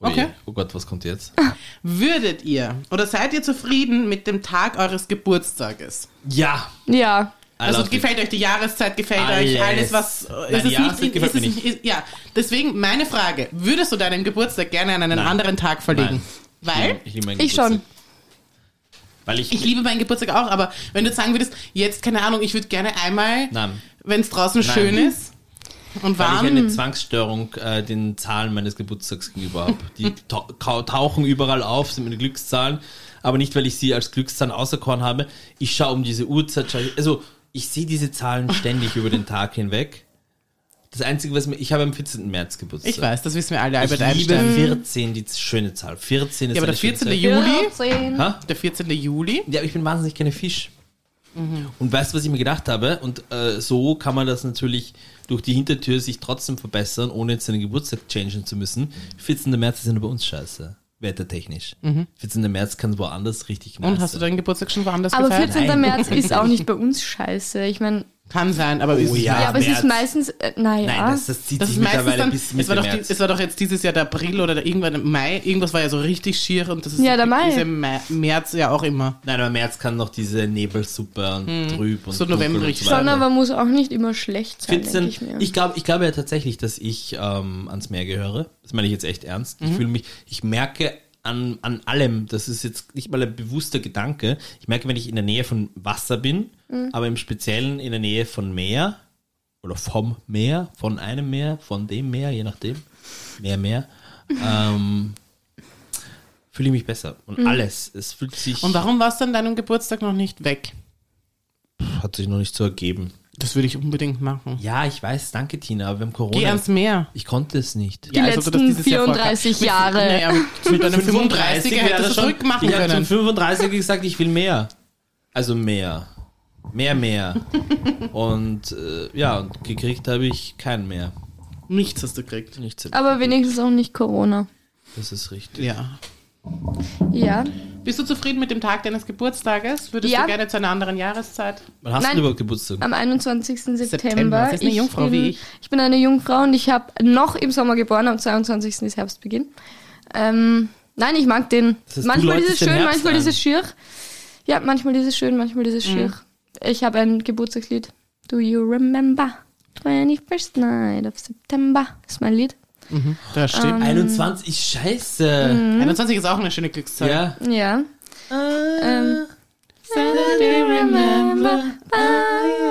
[SPEAKER 3] Ui,
[SPEAKER 1] Okay.
[SPEAKER 3] Oh Gott, was kommt jetzt?
[SPEAKER 2] Ah.
[SPEAKER 1] Würdet ihr oder seid ihr zufrieden mit dem Tag eures Geburtstages?
[SPEAKER 3] Ja.
[SPEAKER 2] Ja.
[SPEAKER 3] I
[SPEAKER 1] also
[SPEAKER 3] love it.
[SPEAKER 1] gefällt euch die Jahreszeit, gefällt
[SPEAKER 3] Alles.
[SPEAKER 1] euch alles, was äh,
[SPEAKER 3] Nein,
[SPEAKER 1] ist
[SPEAKER 3] die
[SPEAKER 1] es
[SPEAKER 3] Jahreszeit
[SPEAKER 1] nicht,
[SPEAKER 3] gefällt
[SPEAKER 1] ist es
[SPEAKER 3] mir
[SPEAKER 1] nicht, ist, ja. Deswegen meine Frage: Würdest du deinen Geburtstag gerne an einen
[SPEAKER 3] Nein.
[SPEAKER 1] anderen Tag verlegen? Weil
[SPEAKER 3] Nein, ich, liebe meinen
[SPEAKER 2] Ich schon.
[SPEAKER 3] Geburtstag. Weil ich,
[SPEAKER 1] ich liebe meinen Geburtstag auch, aber wenn du jetzt sagen würdest, jetzt keine Ahnung, ich würde gerne einmal,
[SPEAKER 3] Nein.
[SPEAKER 1] wenn es draußen
[SPEAKER 3] Nein.
[SPEAKER 1] schön ist und
[SPEAKER 3] weil ich
[SPEAKER 1] warm,
[SPEAKER 3] eine Zwangsstörung äh, den Zahlen meines Geburtstags gegenüber habe. Die tau kau- tauchen überall auf, sind meine Glückszahlen, aber nicht, weil ich sie als Glückszahlen auserkoren habe. Ich schaue um diese Uhrzeit, schau ich, also ich sehe diese Zahlen ständig über den Tag hinweg. Das Einzige, was mir, ich habe am 14. März Geburtstag.
[SPEAKER 1] ich weiß, das wissen wir alle,
[SPEAKER 3] Ich
[SPEAKER 1] Albert
[SPEAKER 3] liebe
[SPEAKER 1] Einstein.
[SPEAKER 3] 14, die schöne Zahl. 14 ist
[SPEAKER 1] Ja, aber
[SPEAKER 3] eine
[SPEAKER 1] der
[SPEAKER 3] schöne
[SPEAKER 1] 14.
[SPEAKER 3] Zahl.
[SPEAKER 1] Juli,
[SPEAKER 2] 14.
[SPEAKER 3] Ha?
[SPEAKER 1] der 14. Juli,
[SPEAKER 3] Ja, aber ich bin wahnsinnig gerne Fisch. Und weißt du, was ich mir gedacht habe? Und äh, so kann man das natürlich durch die Hintertür sich trotzdem verbessern, ohne jetzt seinen Geburtstag changen zu müssen. 14. März ist ja nur bei uns scheiße. Wettertechnisch. 14. März kann es woanders richtig
[SPEAKER 1] Mhm. Und
[SPEAKER 3] nice
[SPEAKER 1] hast du
[SPEAKER 3] sein.
[SPEAKER 1] deinen Geburtstag schon woanders
[SPEAKER 2] Aber
[SPEAKER 1] gefeiert?
[SPEAKER 2] 14.
[SPEAKER 3] Nein.
[SPEAKER 2] März ist auch nicht bei uns scheiße. Ich meine,
[SPEAKER 1] Kann sein, aber ist
[SPEAKER 3] Oh
[SPEAKER 1] es
[SPEAKER 3] ja.
[SPEAKER 1] nicht.
[SPEAKER 2] ja, aber es
[SPEAKER 3] März.
[SPEAKER 2] ist meistens, äh, naja.
[SPEAKER 3] Nein, das, das zieht
[SPEAKER 1] Ah, Das
[SPEAKER 3] sich
[SPEAKER 1] ist meistens
[SPEAKER 3] mittlerweile
[SPEAKER 1] dann,
[SPEAKER 3] bis
[SPEAKER 1] es
[SPEAKER 3] Mitte
[SPEAKER 1] war, doch die,
[SPEAKER 3] März.
[SPEAKER 1] es war doch jetzt dieses Jahr der April oder der, irgendwann im Mai, irgendwas war ja so richtig schier und das ist
[SPEAKER 2] Ja, der Mai.
[SPEAKER 1] diese Mai, März ja auch immer.
[SPEAKER 3] Nein, aber März kann noch diese Nebelsuppe und trüb und
[SPEAKER 1] So Mhm. November
[SPEAKER 3] dunkel und
[SPEAKER 1] richtig.
[SPEAKER 3] weiter.
[SPEAKER 2] schon, aber muss auch nicht immer schlecht sein, denke
[SPEAKER 3] 14,
[SPEAKER 2] ich mir.
[SPEAKER 3] ich glaube ich glaube ja tatsächlich, dass ich ähm, ans Meer gehöre. Das meine ich jetzt echt ernst.
[SPEAKER 1] Mhm.
[SPEAKER 3] Ich fühle mich, ich merke an, an allem, das ist jetzt nicht mal ein bewusster Gedanke, ich merke, wenn ich in der Nähe von Wasser bin,
[SPEAKER 1] Mhm.
[SPEAKER 3] aber im Speziellen in der Nähe von Meer oder vom Meer, von einem Meer, von dem Meer, je nachdem, mehr, mehr, ähm, fühle ich mich besser. Und alles, es fühlt sich,
[SPEAKER 1] Mhm. Und warum warst du an deinem Geburtstag noch nicht weg?
[SPEAKER 3] hat sich noch nicht so ergeben.
[SPEAKER 1] Das würde ich unbedingt machen.
[SPEAKER 3] Ja, ich weiß, danke Tina, aber wir haben
[SPEAKER 1] Geh
[SPEAKER 3] Corona.
[SPEAKER 1] ans Meer. also
[SPEAKER 3] Ich konnte es nicht.
[SPEAKER 1] Die
[SPEAKER 2] letzten 34 Jahre.
[SPEAKER 1] Naja, mit, mit deinem 35
[SPEAKER 3] wäre
[SPEAKER 1] hättest du
[SPEAKER 3] das
[SPEAKER 1] es
[SPEAKER 3] schon-
[SPEAKER 1] zurückmachen
[SPEAKER 3] Ich habe zum
[SPEAKER 1] können.
[SPEAKER 3] 35 gesagt, ich will mehr. Also mehr. Mehr, mehr. und äh, ja, und gekriegt habe ich kein mehr.
[SPEAKER 1] Nichts hast du gekriegt.
[SPEAKER 3] Nichts.
[SPEAKER 2] aber wenigstens auch nicht Corona.
[SPEAKER 3] Das ist richtig.
[SPEAKER 1] Ja.
[SPEAKER 2] Ja.
[SPEAKER 1] Bist du zufrieden mit dem Tag deines Geburtstages? Würdest
[SPEAKER 2] Ja.
[SPEAKER 1] du gerne zu einer anderen Jahreszeit?
[SPEAKER 3] Wann hast
[SPEAKER 2] Nein.
[SPEAKER 3] du überhaupt Geburtstag?
[SPEAKER 2] Am 21.
[SPEAKER 1] September.
[SPEAKER 2] September.
[SPEAKER 1] Sie ist eine Jungfrau
[SPEAKER 2] bin,
[SPEAKER 1] wie ich.
[SPEAKER 2] Ich bin eine Jungfrau und ich habe noch im Sommer geboren, am 22. ist Herbstbeginn. Ähm, nein, ich mag den.
[SPEAKER 3] Das heißt, du
[SPEAKER 2] manchmal ist es
[SPEAKER 3] läutest den
[SPEAKER 2] schön,
[SPEAKER 3] Herbst
[SPEAKER 2] manchmal ist
[SPEAKER 3] ein.
[SPEAKER 2] es schier. Ja, manchmal ist es schön, manchmal ist es
[SPEAKER 1] Mhm.
[SPEAKER 2] schier. Ich habe ein Geburtstagslied. Do you remember? 21st night of September ist mein Lied.
[SPEAKER 1] Das
[SPEAKER 2] Ähm,
[SPEAKER 1] stimmt.
[SPEAKER 3] 21, scheiße.
[SPEAKER 1] 21 ist auch eine schöne Glückszahl.
[SPEAKER 3] Ja.
[SPEAKER 2] Ja. Ähm,
[SPEAKER 1] Saturday remember ah,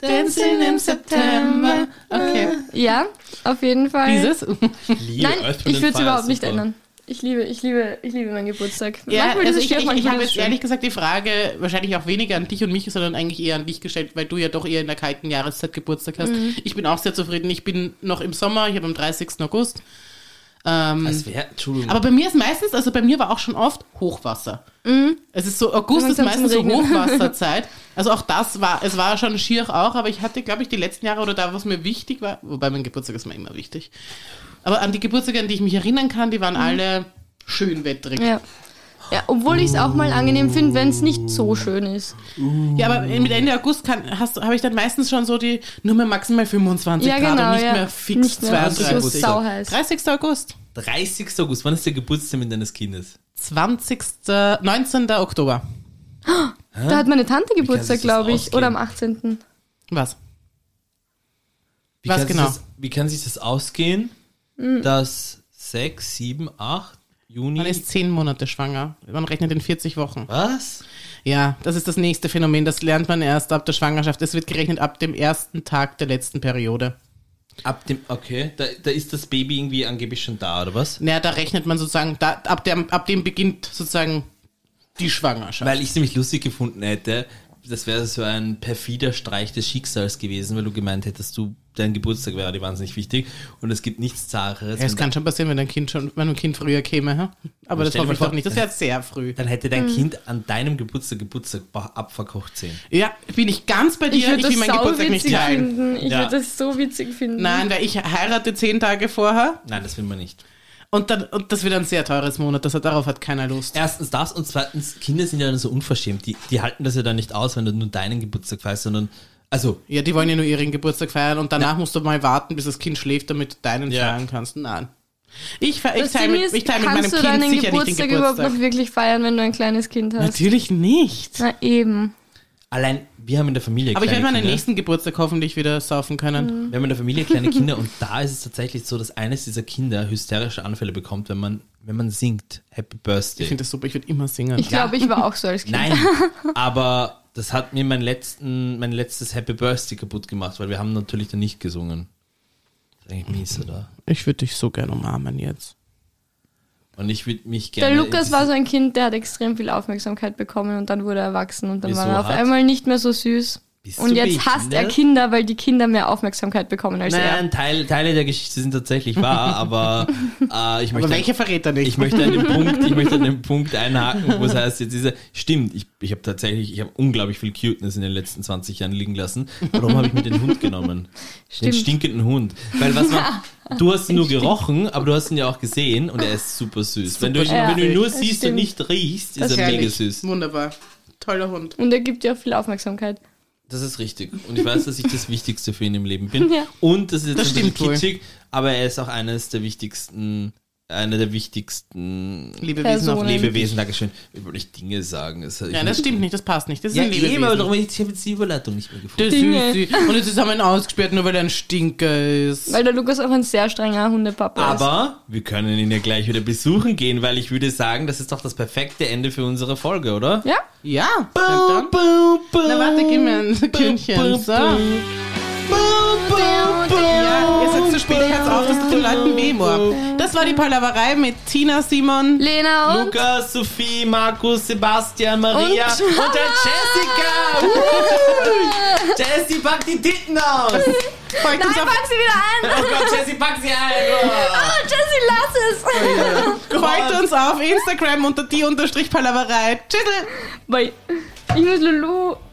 [SPEAKER 1] dancing in September. Okay.
[SPEAKER 2] ja, auf jeden Fall.
[SPEAKER 1] Dieses?
[SPEAKER 3] Liebe,
[SPEAKER 2] Nein,
[SPEAKER 3] Earth,
[SPEAKER 2] ich
[SPEAKER 3] Wind and
[SPEAKER 2] würde es
[SPEAKER 3] Fire
[SPEAKER 2] überhaupt
[SPEAKER 3] ist
[SPEAKER 2] nicht
[SPEAKER 3] super.
[SPEAKER 2] ändern. Ich liebe, ich liebe, ich liebe meinen Geburtstag.
[SPEAKER 1] Ja,
[SPEAKER 2] manchmal
[SPEAKER 1] also
[SPEAKER 2] ist es
[SPEAKER 1] ich,
[SPEAKER 2] schier,
[SPEAKER 1] ich, ich
[SPEAKER 2] manchmal
[SPEAKER 1] habe
[SPEAKER 2] ist
[SPEAKER 1] jetzt
[SPEAKER 2] es schön.
[SPEAKER 1] ehrlich gesagt die Frage wahrscheinlich auch weniger an dich und mich, sondern eigentlich eher an dich gestellt, weil du ja doch eher in der kalten Jahreszeit Geburtstag hast. Ich bin auch sehr zufrieden. Ich bin noch im Sommer, ich habe am 30. August. Ähm,
[SPEAKER 3] Es wär, Entschuldigung.
[SPEAKER 1] aber bei mir ist meistens, also bei mir war auch schon oft Hochwasser.
[SPEAKER 2] Mhm.
[SPEAKER 1] Es ist so, August
[SPEAKER 2] Dann
[SPEAKER 1] ist
[SPEAKER 2] kann's
[SPEAKER 1] meistens so
[SPEAKER 2] regnen.
[SPEAKER 1] Hochwasserzeit. Also auch das war, es war schon schier auch, aber ich hatte, glaube ich, die letzten Jahre oder da, was mir wichtig war, wobei mein Geburtstag ist mir immer wichtig. Aber an die Geburtstage, an die ich mich erinnern kann, die waren alle schönwetterig.
[SPEAKER 2] Mhm. Ja. Ja, obwohl ich es auch mal angenehm finde, wenn es nicht so schön ist.
[SPEAKER 1] Ja, aber mit Ende August kann- hast- habe ich dann meistens schon so die nur mehr maximal 25
[SPEAKER 2] Ja,
[SPEAKER 1] Grad
[SPEAKER 2] genau,
[SPEAKER 1] und nicht
[SPEAKER 2] ja.
[SPEAKER 1] mehr fix
[SPEAKER 2] Nicht mehr
[SPEAKER 1] 32.
[SPEAKER 2] so sauheiß.
[SPEAKER 1] 30. August,
[SPEAKER 3] 30. August, wann ist der Geburtstermin deines Kindes?
[SPEAKER 1] 20. 19. Oktober.
[SPEAKER 2] Da hat meine Tante Geburtstag,
[SPEAKER 3] sich das
[SPEAKER 2] glaube ich.
[SPEAKER 3] ausgehen?
[SPEAKER 2] Oder am 18.
[SPEAKER 1] Was?
[SPEAKER 3] Wie
[SPEAKER 1] Was
[SPEAKER 3] kann sich
[SPEAKER 1] genau?
[SPEAKER 3] Das, wie kann sich das ausgehen,
[SPEAKER 2] Hm.
[SPEAKER 3] dass 6, 7, 8 Juni.
[SPEAKER 1] Man ist zehn Monate schwanger. Man rechnet in 40 Wochen.
[SPEAKER 3] was?
[SPEAKER 1] Ja, das ist das nächste Phänomen. Das lernt man erst ab der Schwangerschaft. Es wird gerechnet ab dem ersten Tag der letzten Periode.
[SPEAKER 3] Ab dem. Okay, da, da ist das Baby irgendwie angeblich schon da, oder was?
[SPEAKER 1] Naja, da rechnet man sozusagen, da, ab, dem, ab dem beginnt sozusagen die Schwangerschaft.
[SPEAKER 3] Weil ich es nämlich lustig gefunden hätte, das wäre so ein perfider Streich des Schicksals gewesen, weil du gemeint hättest, du, dein Geburtstag wäre dir wahnsinnig wichtig und es gibt nichts Zareres.
[SPEAKER 1] Ja, es
[SPEAKER 3] wenn-
[SPEAKER 1] kann schon passieren, wenn ein Kind schon, wenn ein Kind früher käme, hä? aber das
[SPEAKER 3] Stell
[SPEAKER 1] hoffe
[SPEAKER 3] dir
[SPEAKER 1] ich
[SPEAKER 3] mal vor-
[SPEAKER 1] doch nicht. Das wäre sehr früh.
[SPEAKER 3] dann hätte dein Kind an deinem Geburtstag Geburtstag boah, abverkocht sehen.
[SPEAKER 1] Ja, bin ich ganz bei
[SPEAKER 2] Ich
[SPEAKER 1] dir.
[SPEAKER 2] würde
[SPEAKER 1] Ich,
[SPEAKER 2] das
[SPEAKER 1] will meinen
[SPEAKER 2] sau
[SPEAKER 1] Geburtstag nicht
[SPEAKER 2] witzig
[SPEAKER 1] teilen.
[SPEAKER 2] finden. Ich
[SPEAKER 3] Ja.
[SPEAKER 2] würde das so witzig finden.
[SPEAKER 1] Nein, weil ich heirate zehn Tage vorher
[SPEAKER 3] Nein, das will man nicht.
[SPEAKER 1] und dann und das wird ein sehr teures Monat. Das hat, darauf hat keiner Lust.
[SPEAKER 3] Erstens das und zweitens, Kinder sind ja dann so unverschämt. Die, die halten das ja dann nicht aus, wenn du nur deinen Geburtstag feierst, sondern. Also,
[SPEAKER 1] Ja, die wollen ja nur ihren Geburtstag feiern und danach musst du mal warten, bis das Kind schläft, damit du deinen
[SPEAKER 3] Ja.
[SPEAKER 1] feiern kannst. Nein. Ich, fe- ich
[SPEAKER 2] Das
[SPEAKER 1] teile
[SPEAKER 2] Ding
[SPEAKER 1] mit,
[SPEAKER 2] ist,
[SPEAKER 1] ich teil mit meinem
[SPEAKER 2] kannst du
[SPEAKER 1] Kind
[SPEAKER 2] deinen
[SPEAKER 1] sicher nicht den
[SPEAKER 2] Geburtstag überhaupt
[SPEAKER 1] Geburtstag.
[SPEAKER 2] noch wirklich feiern, wenn du ein kleines Kind hast?
[SPEAKER 1] Natürlich nicht.
[SPEAKER 2] Na eben.
[SPEAKER 3] allein, wir haben in der Familie
[SPEAKER 1] Aber ich werde
[SPEAKER 3] kleine
[SPEAKER 1] meinen
[SPEAKER 3] Kinder.
[SPEAKER 1] nächsten Geburtstag hoffentlich wieder saufen
[SPEAKER 2] Mhm.
[SPEAKER 1] können.
[SPEAKER 3] Wir haben in der Familie kleine Kinder und da ist es tatsächlich so, dass eines dieser Kinder hysterische Anfälle bekommt, wenn man, wenn man singt Happy Birthday.
[SPEAKER 1] Ich finde das super, ich würde immer singen.
[SPEAKER 2] Ich glaube, ich war auch so als Kind.
[SPEAKER 3] Nein, aber das hat mir mein, letzten, mein letztes Happy Birthday kaputt gemacht, weil wir haben natürlich dann nicht gesungen. Das ist eigentlich mies, oder?
[SPEAKER 1] Ich würde dich so gerne umarmen jetzt.
[SPEAKER 3] Und ich würde mich gerne...
[SPEAKER 2] Der Lukas
[SPEAKER 3] in
[SPEAKER 2] war so ein Kind, der hat extrem viel Aufmerksamkeit bekommen und dann wurde er erwachsen und dann
[SPEAKER 3] Wieso
[SPEAKER 2] war er auf
[SPEAKER 3] hat-
[SPEAKER 2] einmal nicht mehr so süß.
[SPEAKER 3] Bist du
[SPEAKER 2] Und jetzt
[SPEAKER 3] behindert?
[SPEAKER 2] hasst er Kinder, weil die Kinder mehr Aufmerksamkeit bekommen als
[SPEAKER 3] Nein, Teil, Teile der Geschichte sind tatsächlich wahr, aber äh, ich
[SPEAKER 1] Aber
[SPEAKER 3] möchte...
[SPEAKER 1] welche verrät er nicht?
[SPEAKER 3] ich möchte an den Punkt, ich möchte an den Punkt einhaken, wo es heißt, jetzt diese, stimmt, ich, ich habe tatsächlich, ich habe unglaublich viel Cuteness in den letzten 20 Jahren liegen lassen. Warum habe ich mir den Hund genommen?
[SPEAKER 2] Stimmt.
[SPEAKER 3] Den stinkenden Hund. Weil was man, du hast ihn nur gerochen, aber du hast ihn ja auch gesehen und er ist super süß. wenn du, ihn,
[SPEAKER 2] süß.
[SPEAKER 3] wenn du ihn
[SPEAKER 1] Ja,
[SPEAKER 3] nur
[SPEAKER 2] das
[SPEAKER 3] siehst
[SPEAKER 2] stimmt.
[SPEAKER 3] und nicht riechst,
[SPEAKER 2] Das
[SPEAKER 3] ist er mega
[SPEAKER 1] Herrlich.
[SPEAKER 3] süß.
[SPEAKER 1] Wunderbar. Toller Hund.
[SPEAKER 2] er. Und er gibt ja auch viel Aufmerksamkeit.
[SPEAKER 3] Das ist richtig. Und ich weiß, dass ich das Wichtigste für ihn im Leben bin.
[SPEAKER 2] Ja.
[SPEAKER 3] Und das ist jetzt
[SPEAKER 1] Das
[SPEAKER 3] ein bisschen
[SPEAKER 1] stimmt wohl.
[SPEAKER 3] kitschig, aber er ist auch eines der wichtigsten, einer der wichtigsten
[SPEAKER 1] Liebe Wesen auf
[SPEAKER 2] Personen.
[SPEAKER 1] Leben.
[SPEAKER 3] Lebewesen, Dankeschön. Ich wollte nicht Dinge sagen. Das,
[SPEAKER 1] Ja, das stimmt nicht, das passt nicht. Das ist
[SPEAKER 3] Ja,
[SPEAKER 1] ein
[SPEAKER 3] eben, aber
[SPEAKER 1] Lebewesen.
[SPEAKER 3] darum, ich habe jetzt die Überleitung nicht mehr gefunden.
[SPEAKER 1] Der
[SPEAKER 2] Dinge.
[SPEAKER 1] Süßi. Und jetzt ist er mal ausgesperrt, nur weil er ein Stinker ist.
[SPEAKER 2] Weil der Lukas auch ein sehr strenger Hundepapa ist.
[SPEAKER 3] Aber wir können ihn ja gleich wieder besuchen gehen, weil ich würde sagen, das ist doch das perfekte Ende für unsere Folge, oder?
[SPEAKER 2] Ja?
[SPEAKER 1] Ja. Na
[SPEAKER 3] Na
[SPEAKER 1] warte, gib mir ein Kündchen. So. Ja, ihr seid zu spät, hört's auf, das tut den Leuten weh, Moor. Das war die Palaverei mit Tina, Simon.
[SPEAKER 2] Lena und
[SPEAKER 3] Lukas, Sophie, Markus, Sebastian, Maria
[SPEAKER 2] Und-
[SPEAKER 3] und, der Jessica. Jessie, pack die Titten aus.
[SPEAKER 1] Folgt uns
[SPEAKER 2] Nein,
[SPEAKER 1] auf,
[SPEAKER 2] pack sie wieder
[SPEAKER 3] Oh
[SPEAKER 2] ein!
[SPEAKER 3] Gott, Jessie, pack sie ein.
[SPEAKER 2] Oh, Jessie, lass es!
[SPEAKER 1] folgt uns auf Instagram unter die Unterstrich Palaverei. Tschüss.
[SPEAKER 2] Bye. Ich muss Lulu